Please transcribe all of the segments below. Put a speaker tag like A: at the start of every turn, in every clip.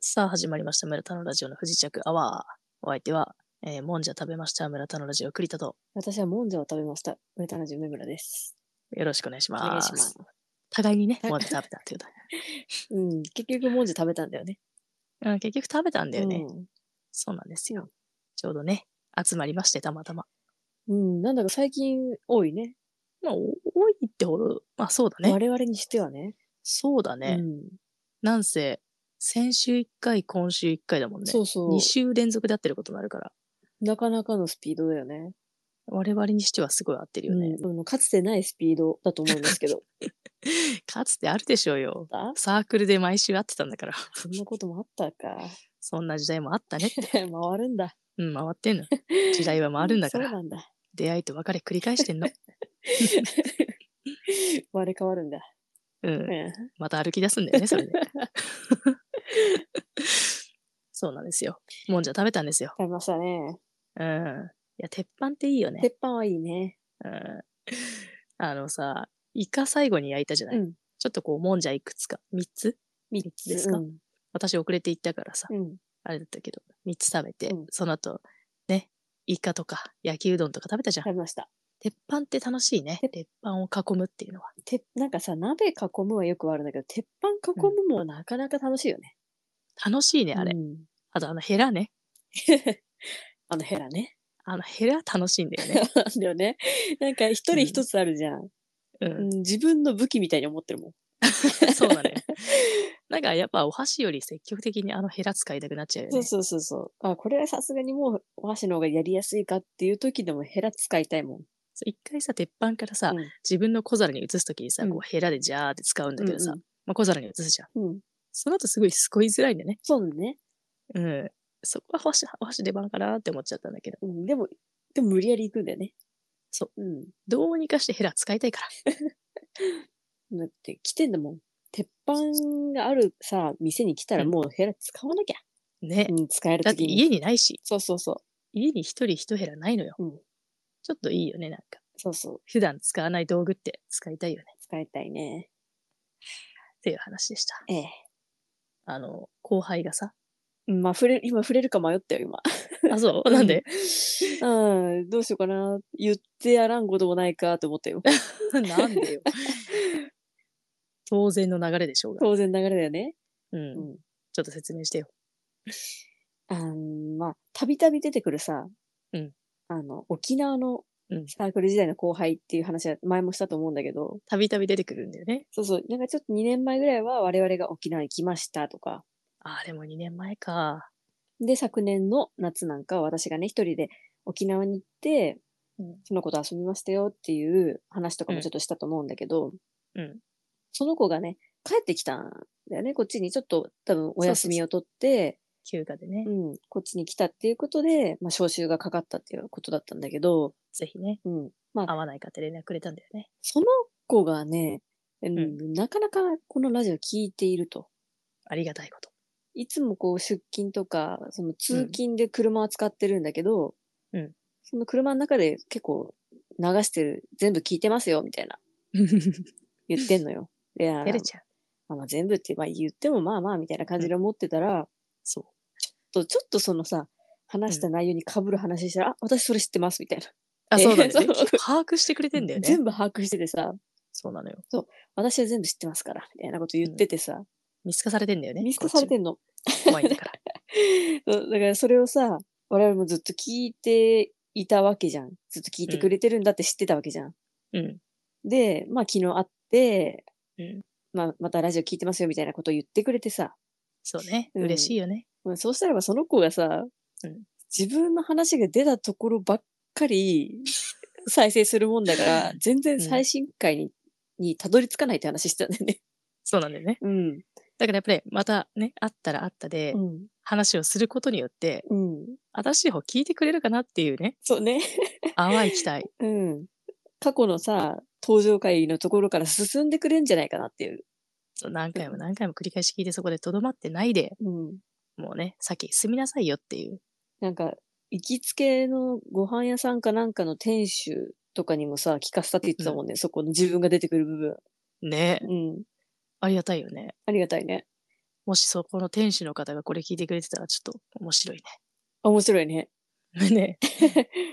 A: さあ始まりました村田のラジオの不時着アワー。お相手は、えー、もんじゃ食べました村田のラジオ栗田と
B: 私はもんじゃを食べました。上田の夢村です。
A: よろしくお願いします。
B: お願いします
A: 互いにね、
B: はい
A: もんじゃ食べたっていうと
B: うん、結局もんじゃ食べたんだよね。
A: うん。結局食べたんだよね、
B: うん
A: そうなんですよ。ちょうどね、集まりまして、たまたま。
B: うん、なんだか最近多いね。
A: まあ、お多いってほど、まあそうだね。
B: 我々にしてはね。
A: そうだね。
B: うん
A: なんせ、先週1回、今週1回だもんね。
B: そうそう
A: 2。週連続で会ってることになるから、
B: なかなかのスピードだよね。
A: 我々にしてはすごい合ってるよね。
B: うん、あのかつてないスピードだと思うんですけど。
A: かつてあるでしょうよ。
B: あ
A: サークルで毎週会ってたんだから。
B: そんなこともあったか。
A: そんな時代もあったね。
B: 回るんだ。
A: うん、回って んの。時代は回るんだか
B: そう
A: ら。
B: なんだ。
A: 出会いと別れ繰り返してんの。
B: 我変わるんだ。
A: う。
B: うんん
A: また歩き出すんだよね、 それで。そうなんですよ。もんじゃ食べたんですよ。
B: 食べましたね。
A: うん。いや、鉄板っていいよね。
B: 鉄板はいいね。
A: うん。あのさ、イカ最後に焼いたじゃな
B: う
A: い、
B: ん。
A: ちょっとこう、もんじゃいくつか。3つ
B: 三
A: つですか
B: うん。
A: 私遅れて行ったからさ、
B: うん
A: あれだったけど、3つ食べて、
B: うん
A: その後、ね、イカとか焼きうどんとか食べたじゃん
B: 食。べました。
A: 鉄板って楽しいね。鉄板を囲むっていうのは。
B: てなんかさ、鍋囲むはよくあるんだけど、鉄板囲むもなかなか楽しいよね。
A: 楽しいね、あれ。
B: うん
A: あとあのヘラね。
B: あのヘラね。
A: あのヘラ楽しいんだよね。
B: なんだよね。なんか一人一つあるじゃん。
A: う
B: うん
A: ん、
B: 自分の武器みたいに思ってるもん。
A: そうだね。なんかやっぱお箸より積極的にあのヘラ使いたくなっちゃうよ
B: そう
A: ね。
B: そうそうそう。あ、これはさすがにもうお箸の方がやりやすいかっていう時でもヘラ使いたいもん。
A: 一回さ、鉄板からさ、
B: うん
A: 自分の小皿に移すときにさ、
B: うん
A: こうヘラでジャーって使うんだけどさ、
B: うん
A: まあ、小皿に移すじゃん。
B: うん、うん。
A: その後すごいすこいづらいんだよね。
B: そうだね、
A: うん。そこはお箸お箸出番かなって思っちゃったんだけど、
B: うん。でも、でも無理やり行くんだよね。。
A: そう
B: う
A: どうにかしてヘラ使いたいから。
B: ん。だって来てんだもん。鉄板があるさ、店に来たら
A: うん
B: もうヘラ使わなきゃ。
A: ね
B: う。ん、使える
A: だって
B: 時に。
A: 家にないし、
B: そうそうそ
A: 家に一人一ヘラないのよ。
B: う。うん。
A: ちょっといいよね、なんか。
B: そうそう。
A: 普段使わない道具って使いたいよね
B: 使いたいね。
A: っていう話でした。
B: ええ。
A: あの、後輩がさ、
B: うんまあ、触れ、今触れるか迷ったよ、今。
A: あ、そう、なん で
B: うん、どうしようかな。言ってやらんこともないかと思ったよ。
A: なんでよ。当然の流れでしょうが。
B: 当然流れだよね。
A: う。
B: うんん。
A: ちょっと説明してよ。
B: あんまあ、たびたび出てくるさ、
A: うん。
B: あの、沖縄の
A: うん
B: サークル時代の後輩っていう話は前もしたと思うんだけど、
A: たびたび出てくるんだよね。
B: そうそう、なんかちょっと2年前ぐらいは我々が沖縄に来ましたとか、
A: あれも2年前か。
B: で、昨年の夏なんかは私がね、一人で沖縄に行って、
A: うん
B: その子と遊びましたよっていう話とか
A: う
B: も
A: ん
B: ちょっとしたと思うんだけど、
A: うん。
B: その子がね、帰ってきたんだよね。こっちにちょっと多分お休みを取って、
A: 休暇でね。
B: うん、こっちに来たっていうことで、まあ、招集がかかったっていうことだったんだけど、
A: ぜひね、
B: うん、まあ、
A: 会わないかって連絡くれたんだよね。
B: その子がね、うん
A: ん
B: なかなかこのラジオ聞いていると。
A: ありがたいこと。
B: いつもこう出勤とか、その通勤で車を使ってるんだけど、
A: うん
B: その車の中で結構流してる、全部聞いてますよ、みたいな言ってんのよ。いや
A: 照れちゃう。
B: まあ、全部って、まあ、言ってもまあまあ、みたいな感じで思ってたら、
A: そ
B: と、ちょっとそのさ、話した内容に被る話したら、あ、私それ知ってます、みたいな。
A: う。あ、
B: えー
A: そうなんだよね。
B: そう
A: 把握してくれてんだよね。
B: 全部把握しててさ、
A: そうなのよ。
B: 私は全部知ってますから、みたいなこと言っててさ、
A: 見透かされてんだよね。
B: 見透かされてんの。
A: こっちも怖いんだ から。
B: そうだからそれをさ、我々もずっと聞いていたわけじゃん。ずっと聞いてくれてるんだって知ってたわけじゃん。
A: うん。
B: で、まあ昨日会って、
A: うん
B: まあまたラジオ聞いてますよ、みたいなことを言ってくれてさ、
A: そうね。
B: うん
A: 嬉しいよね。
B: まあそうしたらばその子がさ、
A: うん
B: 自分の話が出たところばっか り再生するもんだから、全然最新回に、にたどり着かないって話してたんだよね。
A: そうなんだよね。
B: うん。
A: だからやっぱりまたね、あったらあったで
B: う、ん。
A: 話をすることによって、
B: うん。
A: 新しい方聞いてくれるかなっていう ね、
B: そうね。
A: 淡い期待。
B: うん。過去のさ、登場回のところから進んでくれんじゃないかなっていう。
A: そう何回も何回も繰り返し聞いてそこでとどまってないで、
B: うん。
A: もうね、先進みなさいよっていう。
B: なんか、行きつけのご飯屋さんかなんかの店主とかにもさ、聞かせたって言ってたもんね、そこの自分が出てくる部分。
A: ね
B: うん。
A: ありがたいよね。
B: ありがたいね。
A: もしそこの店主の方がこれ聞いてくれてたらちょっと面白い
B: 面白いね。
A: ね。 ね。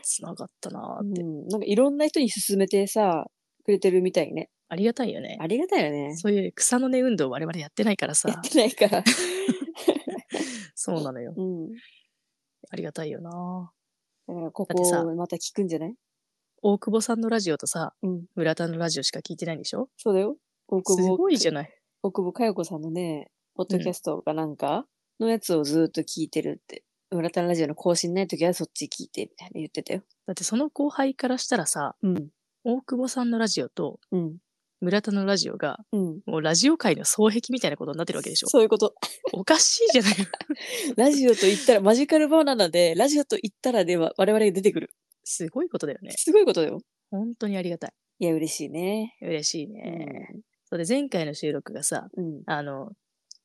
A: つながったな
B: う
A: ーって、
B: ん。なんかいろんな人に勧めてさ、くれてるみたいね。
A: ありがたいよね。
B: ありがたいよね。
A: そういう草の根運動我々やってないから
B: や
A: さ
B: っ。てないから。
A: そうなのよ。
B: うん。
A: ありがたいよな
B: だからこ
A: だってさ
B: こまた聞くんじゃない
A: 大久保さんのラジオとさ、
B: うん。
A: 村田のラジオしか聞いてないんでしょ
B: そうだよ。大
A: す
B: 久保。
A: ごいじゃない。
B: 大久保佳代子さんのね、ポッドキャストかなんかのやつをずーっと聞いてるって。村田のラジオの更新ないときはそっち聞いてみたいな言ってたよ。
A: だってその後輩からしたらさ、
B: うん。
A: 大久保さんのラジオと
B: うん。
A: 村田のラジオが、
B: うん。
A: もうラジオ界の双璧みたいなことになってるわけでしょ。
B: そういうこと。
A: おかしいじゃない。
B: ラジオと言ったら、マジカルバナナで、ラジオと言ったらでは我々が出てくる。
A: すごいことだよね。
B: すごいことだよ。
A: 本当にありがたい。
B: いや、嬉しいね。
A: 嬉しいね。それで前回の収録がさ、
B: うん。
A: あの、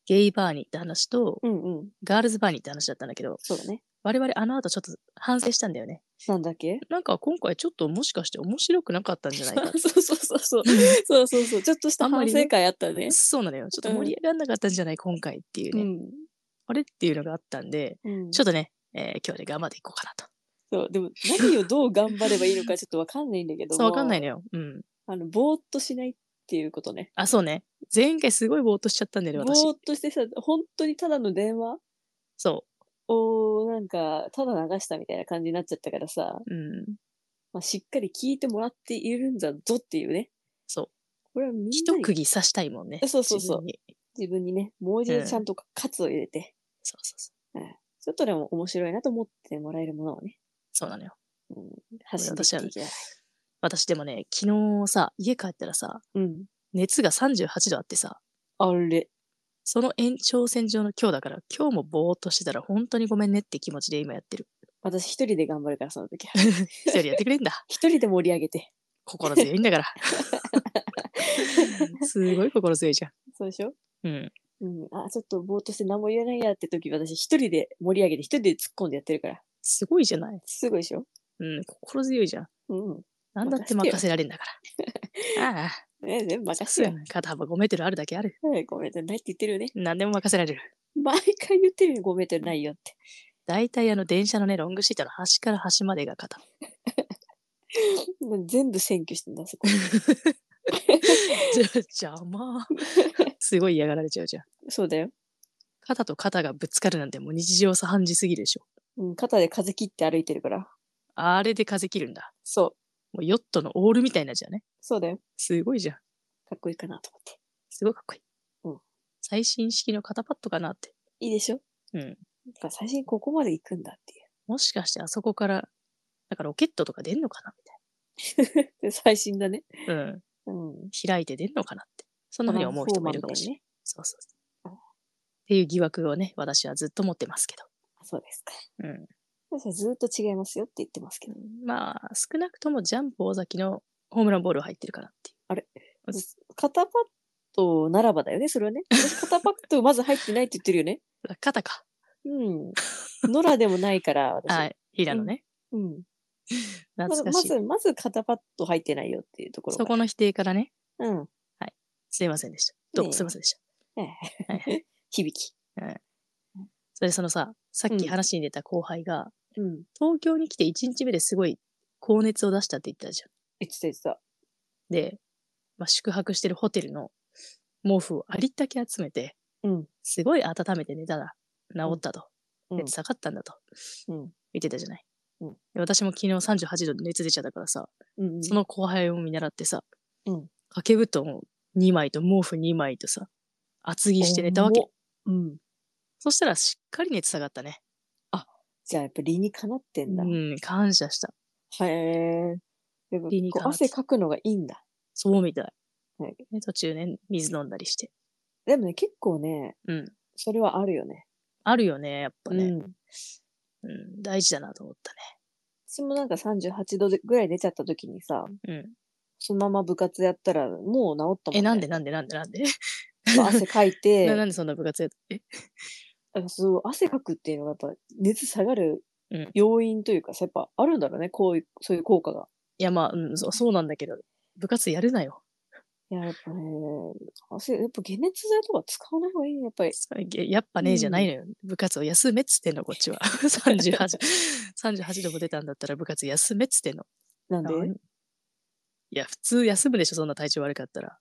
A: ゲイバーに行った話と、
B: うんうん。
A: ガールズバーに行った話だったんだけど、
B: そうだね。
A: 我々あの後ちょっと反省したんだよね。
B: なんだっ け
A: なんか今回ちょっともしかして面白くなかったんじゃないか。
B: そうそうそうそう。そうそうそう。ちょっとした
A: あんま
B: 反
A: りね
B: 省会あったね。
A: そうなのよ。ちょっと盛り上がんなかったんじゃない、今回っていう
B: う
A: ね、
B: ん。
A: あれっていうのがあったんで、
B: うん
A: ちょっとね、えー今日で頑張っていこうかなと。
B: そう。でも、何をどう頑張ればいいのかちょっとわかんないんだけども。
A: そう、わかんないのよ。うん。
B: あの、ぼーっとしないっていうことね。
A: あ、そうね。前回すごいぼーっとしちゃったんだよね、私
B: ぼー。っとしてさ、本当にただの電話
A: そ
B: を、なんか、ただ流したみたいな感じになっちゃったからさ、
A: う。うん。
B: まあ、しっかり聞いてもらっているんだぞっていうね。
A: そう。
B: これはみんなに
A: 一区切り刺したいもんね。
B: そうそうそう
A: 自分に
B: 自分にね、もう一
A: うん
B: 度ちゃんと喝を入れて、
A: そうそうそう。
B: ちょっとでも面白いなと思ってもらえるものをね、
A: そうなのよ。
B: うん、発信できていけば
A: 私でもね、昨日さ、家帰ったらさ、
B: うん。
A: 熱が38度あってさ、
B: あれ。
A: その延長線上の今日だから、今日もぼーっとしてたら本当にごめんねって気持ちで今やってる。
B: 私一人で頑張るから、その時は。
A: 一人やってくれんだ。
B: 一人で盛り上げて。
A: 心強いんだから。すごい心強いじゃ
B: そうでしょ
A: ん。うん。
B: うん。あ、ちょっとぼーっとして何も言えないやって時、私一人で盛り上げて、一人で突っ込んでやってるから。
A: すごいじゃない。
B: すごいでしょ
A: うん、心強いじゃん。
B: うんうん。
A: なんだって任せられん だから。ああ、
B: ね全部任せ
A: そう
B: よ
A: や。ん肩幅5メートルあるだけある。
B: はい、ごめんなさいって言ってるよね。
A: 何でも任せられる。
B: 毎回言ってるよ、ごめんなさいないよって。
A: 大体あの電車のね、ロングシートの端から端までが肩。
B: もう全部占拠してんだ、そこ。
A: じゃ邪魔。すごい嫌がられちゃうじゃん。
B: そうだよ。
A: 肩と肩がぶつかるなんてもう日常茶飯事すぎるでしょ。
B: うん、肩で風切って歩いてるから。
A: あれで風切るんだ。
B: そう。
A: もうヨットのオールみたいなじゃんね。
B: そうだよ。
A: すごいじゃん。
B: かっこいいかなと思って。
A: すごいかっこいい。
B: うん
A: 最新式の肩パッドかなって。
B: いいでしょ
A: うん。
B: なんか最初にここまで行くんだっていう
A: もしかしてあそこから、なんかロケットとか出んのかな。
B: で 最新だね。
A: みたいな。うん。
B: うん。
A: 開いて出んのかなって。そんなふうに思う人もいるかもしれない。
B: ない。。
A: そうそうそううんっていう疑惑をね、私はずっと持ってますけ
B: あそうですか。
A: ど。うん。
B: 私はずっと違いますよって言ってますけど。
A: まあ、少なくともジャンプ大崎のホームランボールは入ってるかなっていう。
B: 肩パッドならばだよね、それはね。私肩パッドまず入ってないって言ってるよね。
A: 肩か。
B: うん。ノラでもないから、私。
A: はい。平野ね。
B: うん。まず、
A: 懐か
B: ま
A: しい。
B: ず、まず肩パッド入ってないよっていうところ
A: そ
B: が。
A: この否定からね、
B: うん。
A: すいませんでした。どうもすいませんでした。
B: ええ響き。
A: それでそのさ、さっ
B: う
A: き
B: ん
A: 話に出た後輩が、
B: うん。
A: 東京に来て1日目ですごい高熱を出したって言ったじゃん。
B: 言ってた言ってた。
A: で、まあ、宿泊してるホテルの毛布をありったけ集めて、
B: うん。
A: すごい温めて寝たら治ったと。
B: うん
A: 熱下がったんだと
B: うん。
A: 言ってたじゃない。
B: うん
A: で私も昨日38度で熱出ちゃったからさ、
B: うん。
A: その後輩を見習ってさ、
B: うん
A: 掛け布団を2枚と毛布2枚とさ、厚着して寝たわけ
B: 重っ。。うん。
A: そしたらしっかり熱下がったね。
B: じゃあやっぱ理にかなってんだ。
A: うん、感謝した。
B: へえ。でも
A: 理に
B: こ
A: か
B: う
A: なって
B: 汗かくのがいいんだ。
A: そうみたい。
B: はい
A: ね途中ね、水飲んだりして。
B: でもね、結構ね、
A: うん。
B: それはあるよね。
A: あるよね、やっぱね。
B: うん。
A: うん、大事だなと思った
B: 私もなんか38度でぐらい出ちゃった時にさ、
A: ね。うん。
B: そのまま部活やったらもう治ったもん、ね。
A: え、なんでなんでなんでなんで
B: そう汗かい て、
A: な
B: だ
A: な
B: か
A: んでそんな部活やってえ
B: らそう汗かくっていうのがやっぱ熱下がる
A: うん
B: 要因というかさ、やっぱあるんだろうね、こういう、そういう効果が。
A: いや、まあ、うんそう、そうなんだけど、部活やるなよ。
B: いや、やっぱね、汗やっぱ解熱剤とか使わない方がいいね、やっぱり。
A: やっぱねえじゃないのよ。部活を休めっつってんの、こっちは。38、38度も出たんだったら部活休めっつってんの。
B: なんで。
A: いや、普通休むでしょ、そんな体調悪かったら。
B: だか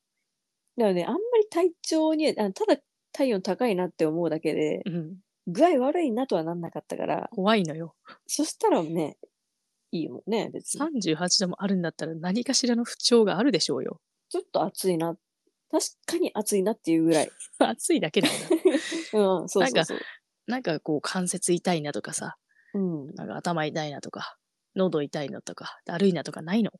B: らね、あんまり体調に、あただ体温高いなって思うだけで、
A: うん。
B: 具合悪いなとはなんなかったから、
A: 怖いのよ。
B: そしたらね、いいもんね、別に。
A: 38度もあるんだったら何かしらの不調があるでしょうよ。
B: ちょっと暑いな。確かに暑いなっていうぐらい。
A: 暑いだけなんだ。
B: うん、そうそうそう。
A: なんかこう関節痛いなとかさ、
B: うん。
A: なんか頭痛いなとか、喉痛いのとか、だるいなとかないの。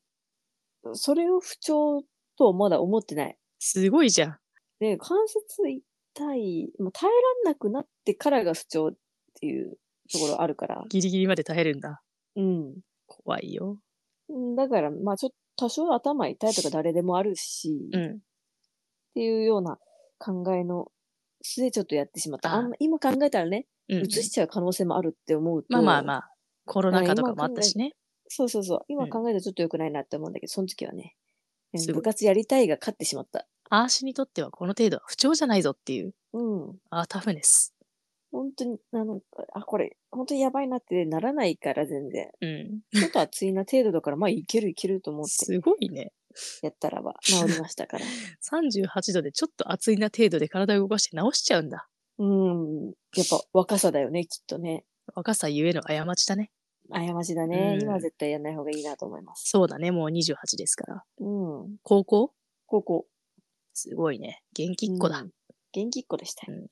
B: それを不調とはまだ思ってない。
A: すごいじゃん。
B: で、関節痛い、もう耐えらんなくなってからが不調っていうところあるから。
A: ギリギリまで耐えるんだ。
B: うん。
A: 怖いよ。
B: うんだから、まあちょっと多少頭痛いとか誰でもあるし、
A: う
B: っ
A: ん。
B: ていうような考えの末ちょっとやってしまった。
A: あ
B: あんま今考えたらね、
A: うん
B: 移しちゃう可能性もあるって思うと。
A: まあまあま
B: あ。
A: あ、コロナ禍とかもあったしね。
B: そうそうそう。
A: う
B: 今
A: ん
B: 考えたらちょっと良くないなって思うんだけど、その時はね、うん
A: すごい
B: 部活やりたいが勝ってしまった。
A: あーしにとってはこの程度は不調じゃないぞっていう、
B: うん。
A: あータフネス。
B: 本当に、あの、あ、これ、本当にやばいなってならないから全 然。
A: うん。
B: ちょっと暑いな程度だから、まあいけるいけると思って
A: すごいね。
B: やった らば治りましたから。
A: 38度でちょっと暑いな程度で体を動かして治しちゃうんだ。
B: うん。やっぱ若さだよね、きっとね。
A: 若さゆえの過ちだね。
B: 過ちだね。
A: うん
B: 今は絶対やんない方がいいなと思います。
A: そうだね、もう28ですから。
B: うん。
A: 高校
B: 高校。
A: すごいね。元気っ子だ。
B: うん元気っ子でしたよ。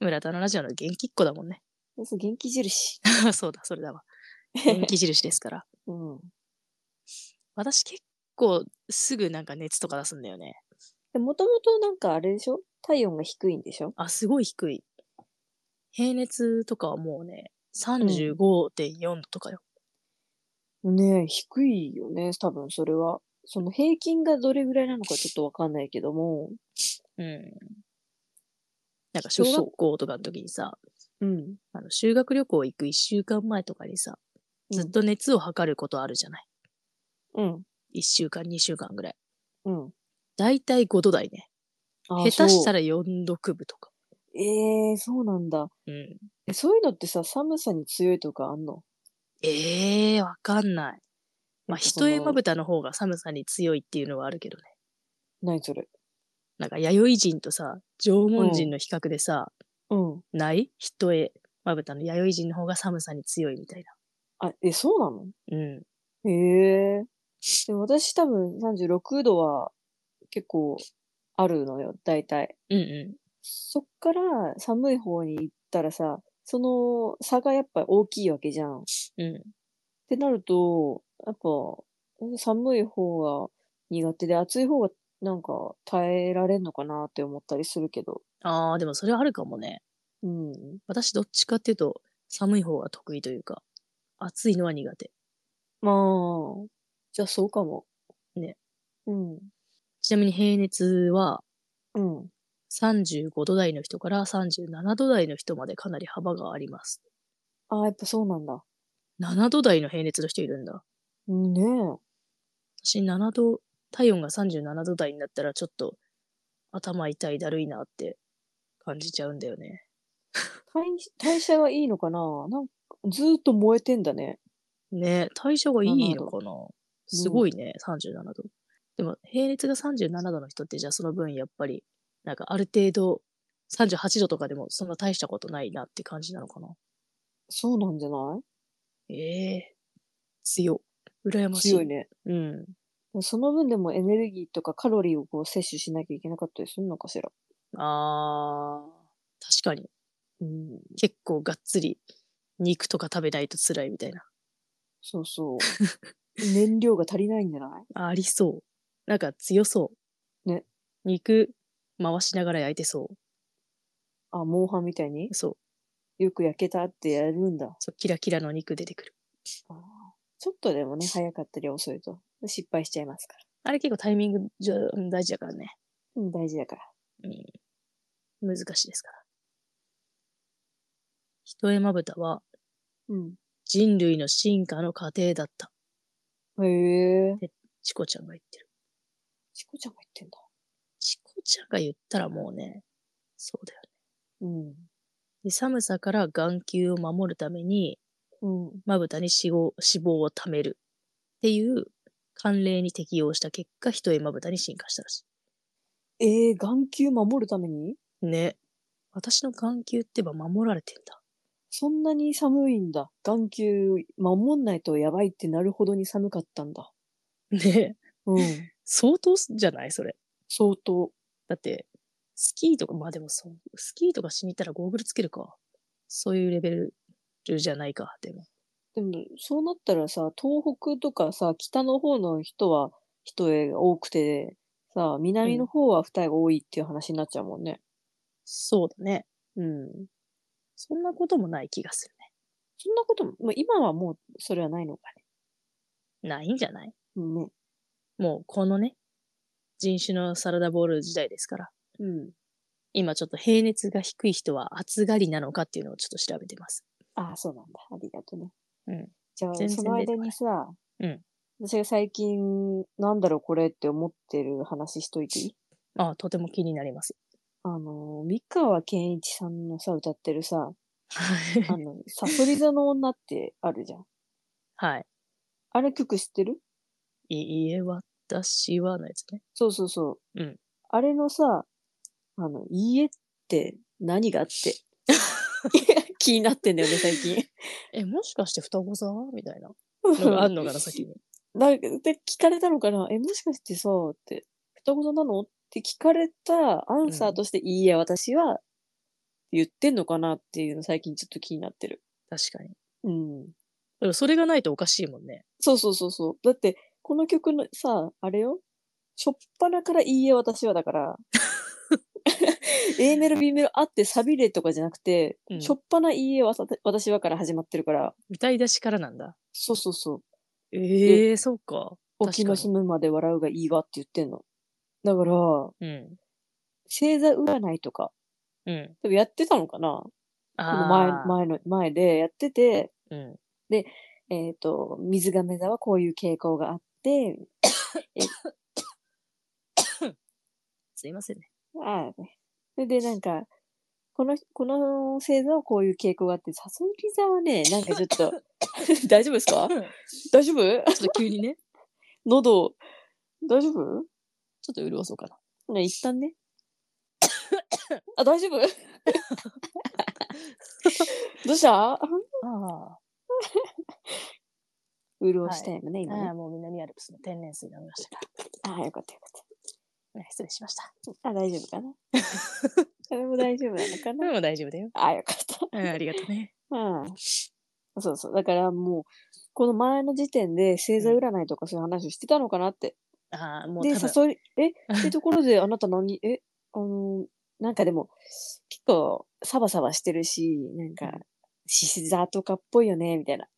A: 村田のラジオの元気っ子だもんね。
B: そう元気印。
A: そうだ、それだ わ。元気印ですから。
B: うん。
A: 私結構すぐなんか熱とか出すんだよね。
B: でもともとなんかあれでしょ体温が低いんでしょ
A: あ、すごい低い。平熱とかはもうね、35.4度とかよ。
B: ねえ、低いよね。多分それは。その平均がどれぐらいなのかちょっとわかんないけども。
A: うん。なんか小学校とかの時にさ、
B: うん。
A: あの修学旅行行く1週間前とかにさ、ずっと熱を測ることあるじゃない。
B: うん。
A: 1週間、2週間ぐらい。
B: うん。
A: だいたい5度台ね。
B: あ
A: 下手した
B: ら。
A: ら4度9分とか。
B: ええそうなんだ。
A: うん。
B: えそういうのってさ、寒さに強いとかあんの
A: ええー、わかんない。まあ、
B: そ
A: 一重ま
B: の
A: ぶたの方が寒さに強いっていうのはあるけどね。
B: 何それ。
A: なんか、弥生人とさ、縄文人の比較でさ、
B: うん。
A: ない一重まぶたの弥生人の方が寒さに強いみたい
B: あ、え、そうなの
A: な。うん。
B: へえでも私多分36度は結構あるのよ、大体。
A: うんう
B: そっから寒い方に行ったらさ、その差がやっぱ大きいわけじゃん。っ
A: ん。う
B: てなると、やっぱ寒い方が苦手で、暑い方がなんか耐えられんのかなって思ったりするけど。
A: ん。ああ、でもそれはあるかもね。
B: うん。
A: 私、どっちかっていうと、寒い方が得意というか、暑いのは苦手。
B: まあ、じゃあそうかも。
A: ね。
B: うん。
A: ちなみに平熱は、
B: うん。
A: 35度台の人から37度台の人までかなり幅があります。
B: ああ、やっぱそうなんだ。
A: 7度台の平熱の人いるんだ。
B: ね
A: 私7度、体温が37度台になったらちょっと頭痛いだるいなって感じちゃうんだよね。
B: え。代代謝がいいのかななんかずーっと燃えてんだね。
A: ね代謝がいいの
B: 7
A: かなすごいね、37度。でも平熱が37度の人ってじゃあその分やっぱりなんかある程度38度とかでもそんな大したことないなって感じなのかな
B: そうなんじゃない
A: ええ強。羨ましい。
B: 強いね。
A: うん。
B: その分でもエネルギーとかカロリーをこう摂取しなきゃいけなかったりするのかしら。
A: あー、確かに。
B: うん。
A: 結構がっつり肉とか食べないと辛いみたいな。
B: そう そう。燃料が足りないんじゃない
A: ありそう。なんか強そう。
B: ね。
A: 肉回しながら焼いてそ
B: あ、モンハンみたいに
A: う。そう。
B: よく焼けたってやるんだ。
A: そうキラキラの肉出てくる。
B: あーちょっとでもね、早かったり遅いと失敗しちゃいますか
A: あれ結構タイミングじゃうん大事だからね。
B: ら。うん、大事だから。
A: 難しいですから。一重まぶたは
B: うん。
A: 人類の進化の過程だった。
B: へえ。
A: チコちゃんが言ってる。
B: チコちゃんが言ってんだ。
A: ちゃんが言ったらもうね、そうだよね。
B: うん。
A: で寒さから眼球を守るために、
B: うん。
A: まぶたに脂肪脂肪を貯めるっていう慣例に適応した結果、一重まぶたに進化したらし
B: えー、眼球守るために
A: い。ね。私の眼球ってば守られてんだ。
B: そんなに寒いんだ。眼球守んないとやばいってなるほどに寒かったんだ。
A: ね
B: うん。
A: 相当じゃないそれ。
B: 相当。
A: だって、スキーとか、まあでもそう、スキーとかしに行ったらゴーグルつけるか。そういうレベルじゃないか、でも。
B: でも、そうなったらさ、東北とかさ、北の方の人は人が多くて、さ、南の方は二重が多いっていう話になっちゃうもんね。
A: そうだね。
B: うん。
A: そんなこともない気がする
B: そんなことも、まあ、今はもうそれはないのか
A: ね。ないんじゃない
B: ね。うんね。
A: もうこのね、人種のサラダボール時代ですから、
B: うん。
A: 今ちょっと平熱が低い人は暑がりなのかっていうのをちょっと調べてます。
B: ああ、そうなんだ。ありがとうね。
A: うん。
B: じゃあ、
A: 全然
B: その
A: 出て
B: 間
A: こな
B: に
A: い
B: さ、
A: うん。
B: 私が最近、なんだろうこれって思ってる話しといていい
A: ああとても気になります。
B: あの、三河健一さんのさ、歌ってるさ、
A: はい
B: あの、サソリ座の女ってあるじゃん。
A: はい。
B: あれ曲知ってる
A: いいえ、私はのやつね。
B: そうそうそう。
A: うん
B: あれのさ、あの、家って何があ って。 気になってんだよね、最近。
A: え、もしかして双子座みたい なのがあ
B: なん
A: のかな、先に。
B: んかで、聞かれたのかなえ、もしかしてさ、って、双子座なのって聞かれたアンサーとして、いいや、私は、言ってんのかなっていうの最近ちょっと気になってる。
A: 確かに。
B: うん。
A: でもそれがないとおかしいもんね。
B: そうそうそうそう。だって、この曲のさ、あれよ。しょっぱなからいいえ、私はだから。A メロ、B メロあってサビれとかじゃなくて、
A: うん
B: しょっぱないいえ、わさ私はから始まってるから。
A: 歌い出しからなんだ。
B: そうそうそう。
A: ええそうか。確か
B: 沖
A: に
B: の住むまで笑うがいいわって言ってんの。だから、
A: うん。
B: 星座占いとか、
A: うん。
B: 多分やってたのかなこの前
A: ああ。
B: 前の、前でやってて、
A: うん。
B: えっ、と、水亀座はこういう傾向があって、
A: すいませんね。
B: ああね。それで、なんか、この、この星座はこういう傾向があって、サソリ座はね、なんかちょ っと、大丈夫ですか
A: ちょっ
B: 大丈夫
A: と急にね、
B: 喉、大丈夫
A: ちょっと潤そうかな。
B: ね、一旦ね。あ、大丈夫どうした
A: あ
B: 潤したいのね、今
A: あ、
B: ね。
A: もう南アルプスの天然水飲みましたか
B: ああ、よかったよかっ
A: ら。ね、失礼しました。
B: た。あ、大丈夫 かなそれも大丈夫なのかな
A: も大丈夫だよ。
B: ああ、よかった。
A: うん、ありがとうね。
B: うん。そうそう。だからもう、この前の時点で星座占いとかそういう話をしてたのかなって。
A: ああ、もう
B: で、
A: 多分、
B: 誘い、え、ってところであなた何、え、あの、なんかでも、結構サバサバしてるし、なん
A: うん
B: か、獅子座とかっぽいよね、みたいな。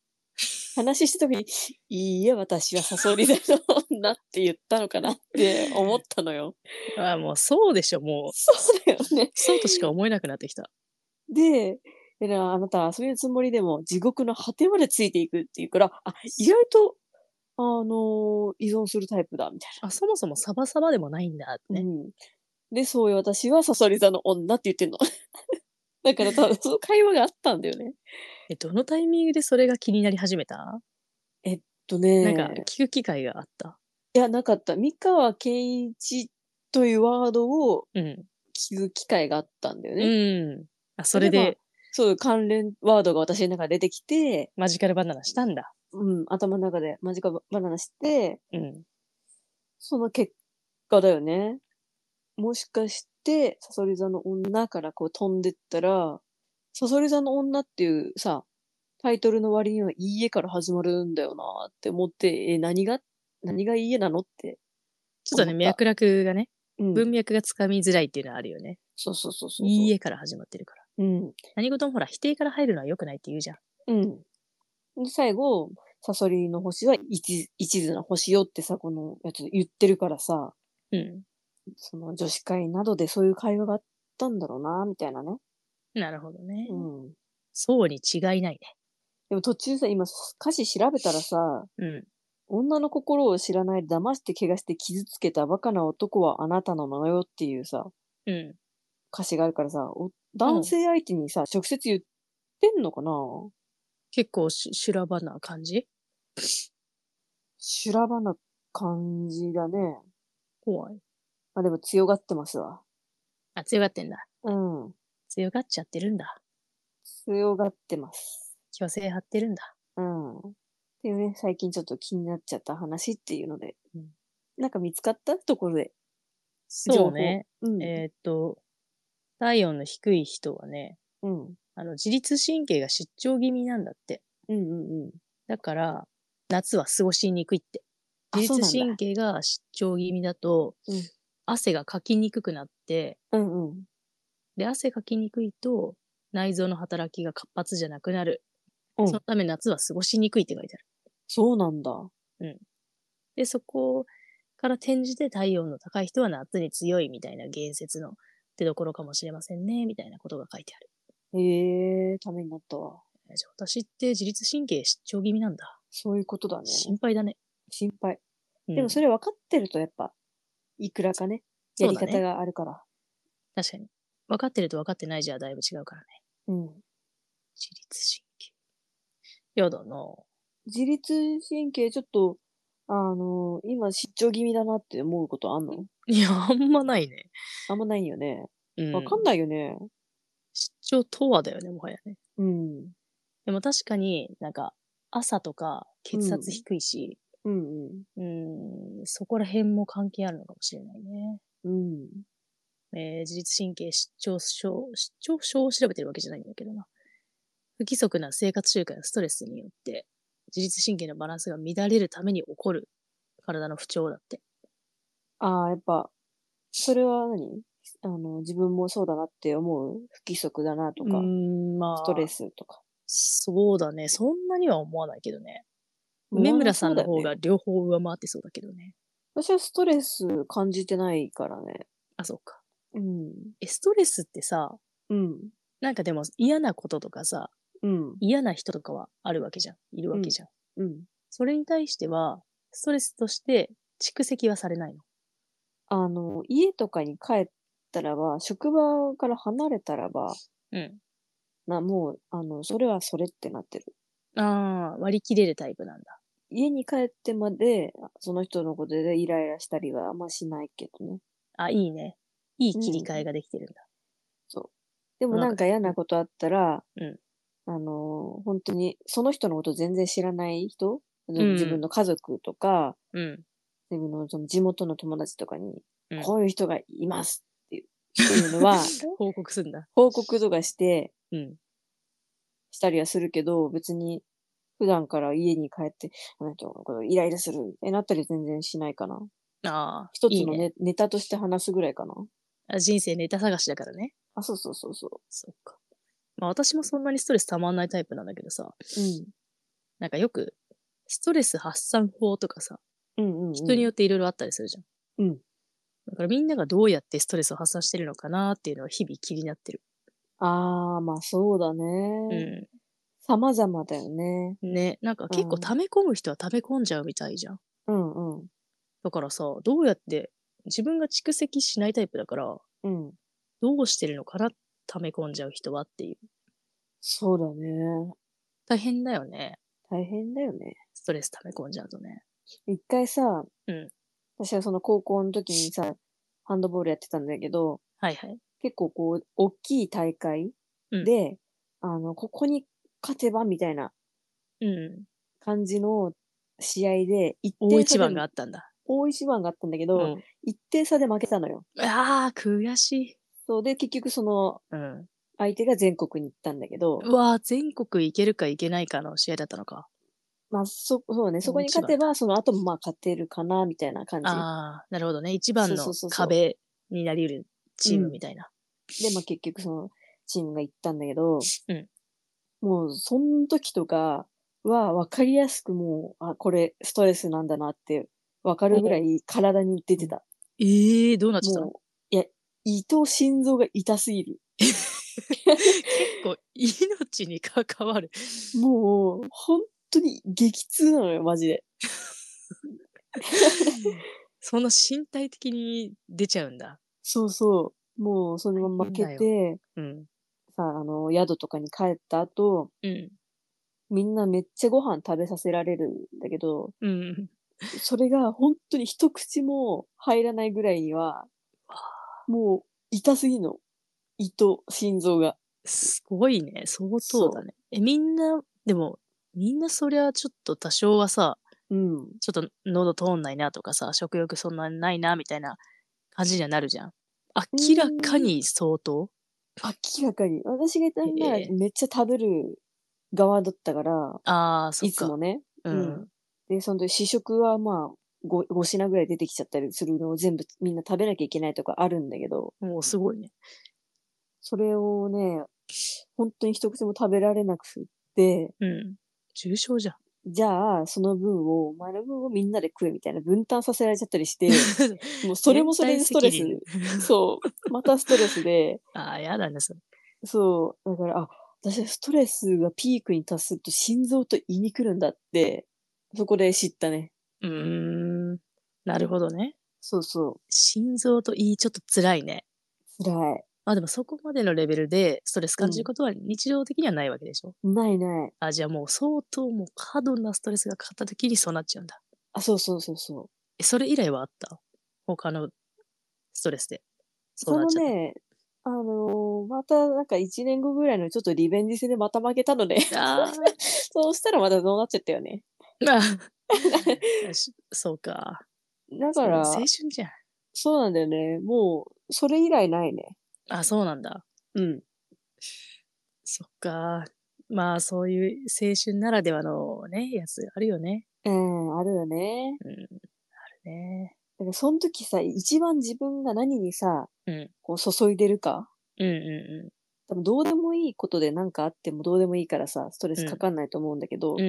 B: 話したときに、いいえ、私はサソリ座の 女って言ったのかなって思ったのよ。
A: ああ、もうそうでしょ、もう。
B: そうだよね。
A: そうとしか思えなくなってきた。
B: で、えらあなたはそういうつもりでも地獄の果てまでついていくっていうから、あ、意外と、あのー依存するタイプだ、みたい
A: あ、そもそもサバサバでもないんだって
B: な。
A: ね。
B: うん。で、そういう私はサソリ座の女って言ってんの。 だから多分その会話があったんだよね。
A: え、どのタイミングでそれが気になり始めた、
B: と
A: な
B: ね、
A: んか、聞く機会があった。
B: いや、なかった。三河健一というワードを
A: うん。
B: 聞く機会があったんだよね。
A: うん。あ、それで、
B: そういう関連ワードが私の中で出てきて、
A: マジカルバナナしたんだ。
B: うん、頭の中でマジカバナナして、
A: うん。
B: その結果だよね。もしかして、サソリ座の女からこう飛んでったら、サソリ座の女っていうさ、タイトルの割にはいいえから始まるんだよなーって思って、え、何が、何がいいえなのって。
A: ちょっとね、
B: 思った
A: 脈絡がね、
B: うん。
A: 文脈がつかみづらいっていうのはあるよね。
B: そうそうそうそう。
A: いいえから始まってるから。
B: うん。
A: 何事もほら、否定から入るのは良くないって言うじゃん。
B: うん。で、最後、サソリの星は一一途な星よってさ、このやつ言ってるからさ、
A: う
B: その女子会などでそういう会話があったんだろうなーみたいなね。
A: ん。なるほどね。
B: うん。
A: そうに違いないね。
B: でも途中さ、今歌詞調べたらさ、
A: うん。
B: 女の心を知らないで騙して怪我して傷つけたバカな男はあなたのなのよっていうさ、
A: うん。
B: 歌詞があるからさ、お男性相手にさ、直接言ってんのかな
A: 結構し修羅場な感じ
B: 修羅場な感じだね。
A: 怖い。
B: まあでも強がってますわ。
A: あ、強がってんだ。
B: うん。
A: 強がっちゃってるんだ。
B: 強がってます。
A: 虚勢張ってるんだ。
B: うん。っていうね、最近ちょっと気になっちゃった話っていうので、
A: うん
B: なんか見つかったところで。
A: そうね。
B: うん。
A: えーっと、体温の低い人はね、
B: うん。
A: あの、自律神経が失調気味なんだって。
B: うんうんうん。
A: だから、夏は過ごしにくいって。
B: あ
A: 自
B: そうなん
A: 律
B: だ
A: 神経が失調気味だと、
B: うん
A: 汗がかきにくくなって、
B: うんうん。
A: で、汗かきにくいと、内臓の働きが活発じゃなくなる。
B: うん
A: そのため夏は過ごしにくいって書いてある。
B: そうなんだ。
A: で、そこから転じて体温の高い人は夏に強いみたいな言説の出どころかもしれませんね、みたいなことが書いてある。
B: へえ、ためになった
A: え
B: わ。
A: ーじゃあ私って自律神経失調気味なんだ。
B: そういうことだね。
A: 心配だね。
B: 心配。
A: うん
B: でもそれ分かってるとやっぱ、いくらかね、や
A: そう
B: り
A: だね
B: 方があるから。
A: 確かに。分かってると分かってないじゃだいぶ違うからね。
B: うん。
A: 自律神経。やだなぁ
B: 自律神経ちょっと、あのー今失調気味だなって思うことあんの
A: いや、あんまないね。
B: あんまないよね。
A: うん
B: わかんないよね。
A: 失調とはだよね、もはやね。
B: うん。
A: でも確かになんか、朝とか血圧低いし、
B: うんうん。
A: うん、そこら辺も関係あるのかもしれないね。
B: うん。
A: えー自律神経失調症、失調症を調べてるわけじゃないんだけどな。不規則な生活習慣やストレスによって、自律神経のバランスが乱れるために起こる体の不調だって。
B: ああ、やっぱ、それは何あの、自分もそうだなって思う不規則だな
A: と
B: とか
A: か、、まあ、
B: ストレスとか。
A: そうだね。そんなには思わないけどね。
B: 思わな
A: 梅村さんの
B: そう
A: 方
B: だ
A: が
B: よね。
A: 両方上回ってそうだけどね。
B: 私はストレス感じてないからね。
A: あ、そうか。
B: うん。
A: え、ストレスってさ、
B: うん。
A: なんかでも嫌なこととかさ、
B: うん。
A: 嫌な人とかはあるわけじゃん。いるわけじゃん。
B: うん。
A: それに対しては、ストレスとして蓄積はされないの。
B: あの、家とかに帰ったらば、職場から離れたらば、
A: うん。
B: な、もう、あの、それはそれってなってる。
A: ああ、割り切れるタイプなんだ。
B: 家に帰ってまで、その人のことでイライラしたりはあんましないけどね。
A: あ、いいね。いい切り替えができてるんだ。
B: でも
A: なんか
B: なんか嫌なことあったら、
A: うん
B: あの、本当に、その人のこと全然知らない人、
A: ん
B: 自分の家族とか、
A: うん。
B: 自分のその地元の友達とかに、
A: うん
B: こういう人がいますっていうっていうの は、
A: 報告すんだ。
B: 報告とかして、
A: うん。
B: したりはするけど、別に普段から家に帰って、あの人のことイライラするってなったり全然しないかな。
A: ああ、
B: 一つ
A: いい
B: のね
A: ね
B: ネタとして話すぐらいかな。
A: あ人生ネタ探しだからね。
B: あ、そうそうそうそ
A: そっか。まあ私もそんなにストレスたまんないタイプなんだけどさ、
B: う。
A: なんかよく、ストレス発散法とかさ、
B: うん。うんうん、うん。
A: 人によっていろいろあったりするじゃん。
B: うん。
A: だからみんながどうやってストレスを発散してるのかなっていうのは日々気になってる。
B: ああ、まあそうだね。
A: う
B: 様々だよね。
A: ん。ね、なんか結
B: う
A: 構
B: ん
A: 溜め込む人は溜め込んじゃうみたいじゃん。
B: うんうん。
A: だからさ、どうやって、自分が蓄積しないタイプだから、
B: うん。
A: どうしてるのかな溜め込んじゃう人はっていう。
B: そうだね。
A: 大変だよね。
B: 大変だよね。
A: ストレス溜め込んじゃうとね。
B: 一回さ、
A: うん
B: 私はその高校の時にさ、ハンドボールやってたんだけど、
A: はいはい。
B: 結構こう、大きい大会
A: うん
B: で、あの、ここに勝てばみたいな
A: うん。
B: 感じの試合で、一
A: 大
B: 定
A: 一
B: 差
A: 番があ
B: で、
A: ったんだ。
B: 大一番があったんだけ
A: う
B: ど、
A: ん。
B: 一定差で負けたのよ。
A: ああ、悔しい。
B: そうで、結局その、
A: うん。
B: 相手が全国に行ったんだけど、
A: うわあ、全国行けるか行けないかの試合だったのか。
B: まあ、そ、そうね、そこに
A: 大一番
B: 勝てば、その後もまあ勝てるかな、みたいな感
A: ああ、なるほどね。一番
B: そう
A: の
B: そうそうそう
A: 壁になり得るチー
B: う
A: ム
B: ん
A: みたいな。
B: じ。で、まあ結局その、チームが行ったんだけど、
A: うん
B: もう、その時とかは、わかりやすくもう、あ、これ、ストレスなんだなって、わかるぐらい体に出てた。
A: ええどうなっちゃったの
B: もう、いや、伊藤心臓が痛すぎる。
A: 結構命 に関わる。
B: もう、本当に激痛なのよ、マジで。
A: そんな身体的に出ちゃうんだ。
B: そうそう。もうそのまま負け
A: 大
B: て、
A: うん。
B: さ、あの、宿とかに帰った後、
A: うん。
B: みんなめっちゃご飯食べさせられるんだけど、
A: うん。
B: それが本当に一口も入らないぐらいには、もう痛すぎんの。胃と心臓が。
A: すごいね。相当だね。え、みんな、でも、みんなそりゃちょっと多少はさ、
B: うん。
A: ちょっと喉通んないなとかさ、食欲そんなにないなみたいな感じにはなるじゃん。明らかに相当
B: 明らかに。私がいたんなら
A: ええ
B: めっちゃ食べる側だったから、
A: ああ、そっ
B: いつ
A: か
B: も。ね。
A: う
B: うん
A: ん。
B: で、その時試食はまあ5、5品ぐらい出てきちゃったりするのを全部みんな食べなきゃいけないとかあるんだけど、
A: もうすごいね。
B: それをね、本当に一口も食べられなくて、
A: うん。重症じゃん。
B: じゃあ、その分を、お前の分をみんなで食うみたいな分担させられちゃった りして、もうそれもそれでストレス。
A: 連帯責任
B: そう。またストレスで、
A: ああ、やだね、それ。
B: そう。だから、あ、私はストレスがピークに達すると心臓と胃に来るんだって、そこで知ったね。
A: うーん。なるほどね。
B: そうそ
A: 心臓といい、ちょっと辛いね。
B: う。辛い。
A: まあでもそこまでのレベルでストレス感じることは日常的にはないわけでしょ。
B: ないない。
A: あ、じゃあもう相当もう過度なストレスがかかった時にそうなっちゃうんだ。
B: あ、そうそうそうそう。
A: えそれ以来はあった他のストレスで。
B: その
A: ちゃっ
B: ね、あのーまたなんか1年後ぐらいのちょっとリベンジ戦でまた負けたので、
A: た。あ
B: そうしたらまたそうなっちゃったよね。
A: ーま あ。しそうか。
B: だ
A: そ
B: か
A: う
B: ら、
A: 青春じゃん。
B: そうなんだよね。もう、それ以来ないね。
A: あ、そうなんだ。
B: うん。
A: そっか。まあそういう青春ならではのね、やつあるよね。
B: うん、あるよね。
A: うん。あるね。
B: だからその時さ、一番自分が何にさ、
A: うん。
B: こう注いでるか。
A: うんう
B: 多分どうでもいいことで何かあってもどうでもいいからさ、ストレスかかんないと思うんだけど、
A: んうん。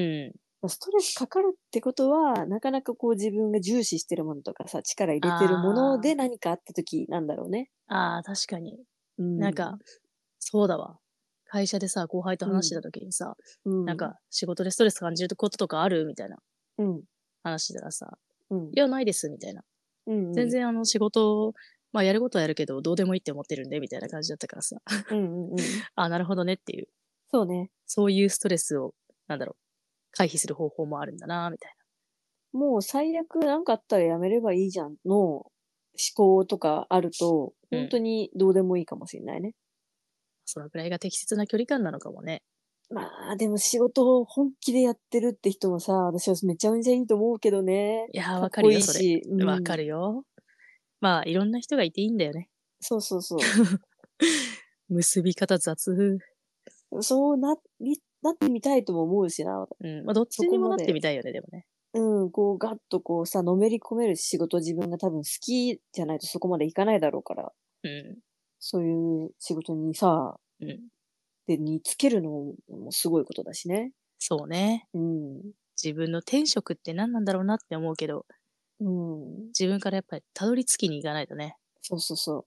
A: うん。
B: ストレスかかるってことは、なかなかこう自分が重視してるものとかさ、力入れてるもの
A: あ
B: で
A: ー
B: 何かあった時なんだろうね。
A: ああ、確かに。
B: う
A: なんか、、そうだわ。会社でさ、後輩と話してた時にさ、
B: う
A: なん、か仕事でストレス感じることとかあるみたいな
B: うん、
A: 話してたらさ、
B: うん
A: い、や、ないです、みたいな。
B: うん
A: 全、然あの仕事を、まあやることはやるけど、どうでもいいって思ってるんで、みたいな感じだったからさ、
B: うんうんうん。
A: あ、なるほどねっていう、
B: そうね。
A: そういうストレスを、なんだろう、回避する方法もあるんだな、みたい
B: もう最悪なんかあったらやめればいいじゃんの思考とかあると、
A: うん
B: 本当にどうでもいいかもしれないね。
A: な。そのくらいが適切な距離感なのかもね。
B: まあ、でも仕事を本気でやってるって人もさ、私はめちゃめちゃいいと思うけどね。
A: いやー、
B: か
A: わ
B: っ
A: か
B: こ
A: る
B: い
A: よ、
B: い
A: それ。
B: し。うん
A: わ、か。るよ。まあ、いろんな人がいていいんだよね。
B: そうそうそう。
A: 結び方雑。
B: そうなり、なってみたいとも思うしな。
A: うん。まあ、どっち
B: そこ
A: にも
B: ま
A: な
B: で
A: ってみたいよね、でもね。
B: うん、こう、ガッとこうさ、のめり込める仕事自分が多分好きじゃないとそこまでいかないだろうから、
A: う
B: そういう仕事にさ、
A: ん。うん。
B: で、につけるのももうすごいことだしね。
A: そうね。
B: うん。
A: 自分の天職って何なんだろうなって思うけど、
B: うん。
A: 自分からやっぱりたどり着きに行かないとね。
B: そうそうそ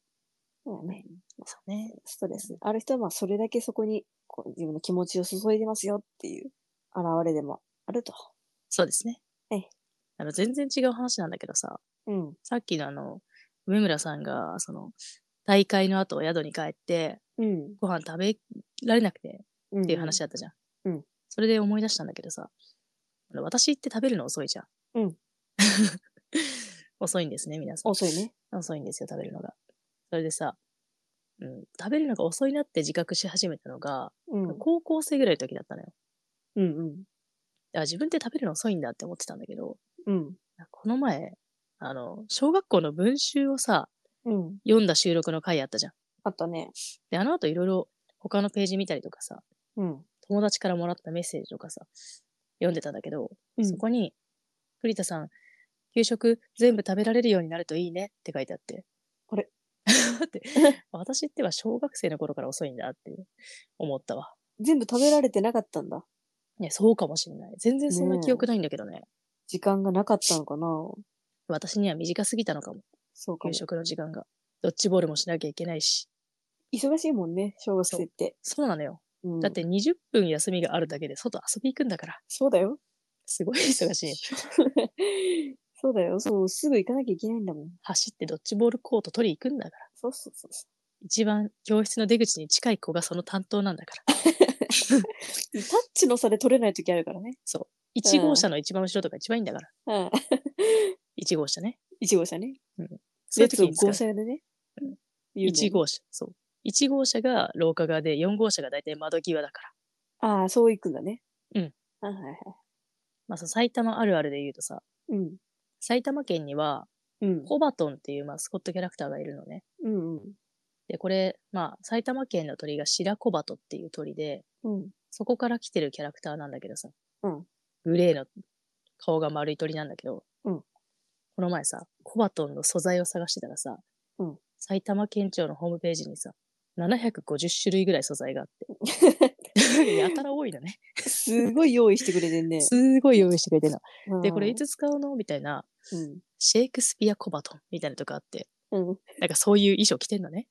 B: う。まあね、
A: そうね。
B: ストレス。ある人はまあそれだけそこにこう自分の気持ちを注いでますよっていう現れでもあると。
A: そうですね。
B: ええ
A: あの、全然違う話なんだけどさ、
B: うん。
A: さっきのあの、梅村さんが、その、大会の後、宿に帰って、
B: うん。
A: ご飯食べられなくて
B: うん。っ
A: っていう話。だったじゃん。
B: うん
A: それで思い出したんだけどさ、あの私って食べるの遅いじゃん。
B: うん。
A: 遅いんですね、皆さん。
B: 遅いね。
A: 遅いんですよ、食べるのが。それでさ、うん、食べるのが遅いなって自覚し始めたのが、
B: うん。うん
A: 高校生ぐらいの時だったのよ。
B: うん。
A: あ自分って食べるの遅いんだって思ってたんだけど、
B: うん。
A: この前、あの、小学校の文集をさ、
B: うん。
A: 読んだ収録の回あったじゃん。
B: あったね。
A: で、あの後いろいろ他のページ見たりとかさ、
B: うん。
A: 友達からもらったメッセージとかさ、読んでたんだけど、
B: うん
A: そこに、栗田さん、給食全部食べられるようになるといいねって書いてあって。
B: あれ
A: って、私っては小学生の頃から遅いんだって思ったわ。
B: 全部食べられてなかったんだ。
A: ね、そうかもしんない。全然そんな記憶ないんだけどね。
B: 時間がなかったのかな
A: 私には短すぎたのかも、
B: そう
A: 給
B: かも。
A: 食の時間が。ドッジボールもしなきゃいけないし。
B: 忙しいもんね、小学生って。
A: そうなのよ。
B: うん
A: だって20分休みがあるだけで外遊び行くんだから。
B: そうだよ。
A: すごい忙しい。
B: そうだよ。そう、すぐ行かなきゃいけないんだもん。
A: 走ってドッジボールコート取り行くんだから。
B: そうそうそうそ
A: 一番教室の出口に近い子がその担当なんだから。
B: う。タッチの差で取れない時あるからね。
A: 1号車の一番後ろとか一番いいんだから。
B: うん。
A: 1号車ね。
B: 1号車ね。
A: そういう時に
B: 列を
A: 使う
B: 号。車でね
A: うん。
B: 言うもんね
A: 1。号車。そう。1号車が廊下側で、4号車が大体窓際だから。
B: ああ、そう行くんだね。
A: うん。
B: はいはいはい。
A: まあ、その埼玉あるあるで言うとさ、
B: うん。
A: 埼玉県には、
B: うん。
A: ホバトンっていうマスコットキャラクターがいるのね。
B: うんうん。
A: で、これ、まあ、埼玉県の鳥が白コバトっていう鳥で、
B: うん。
A: そこから来てるキャラクターなんだけどさ、
B: うん
A: グレーの顔が丸い鳥なんだけど、
B: うん
A: この前さ、コバトンの素材を探してたらさ、
B: うん
A: 埼玉県庁のホームページにさ、750種類ぐらい素材があって、やたら多いのね。
B: すごい用意してくれてん ね。
A: すごい用意してくれてるの。で、
B: うん
A: これいつ使うのみたいな、
B: うん。
A: シェイクスピアコバトンみたいなとこあって、
B: うん。
A: なんかそういう衣装着てんのね。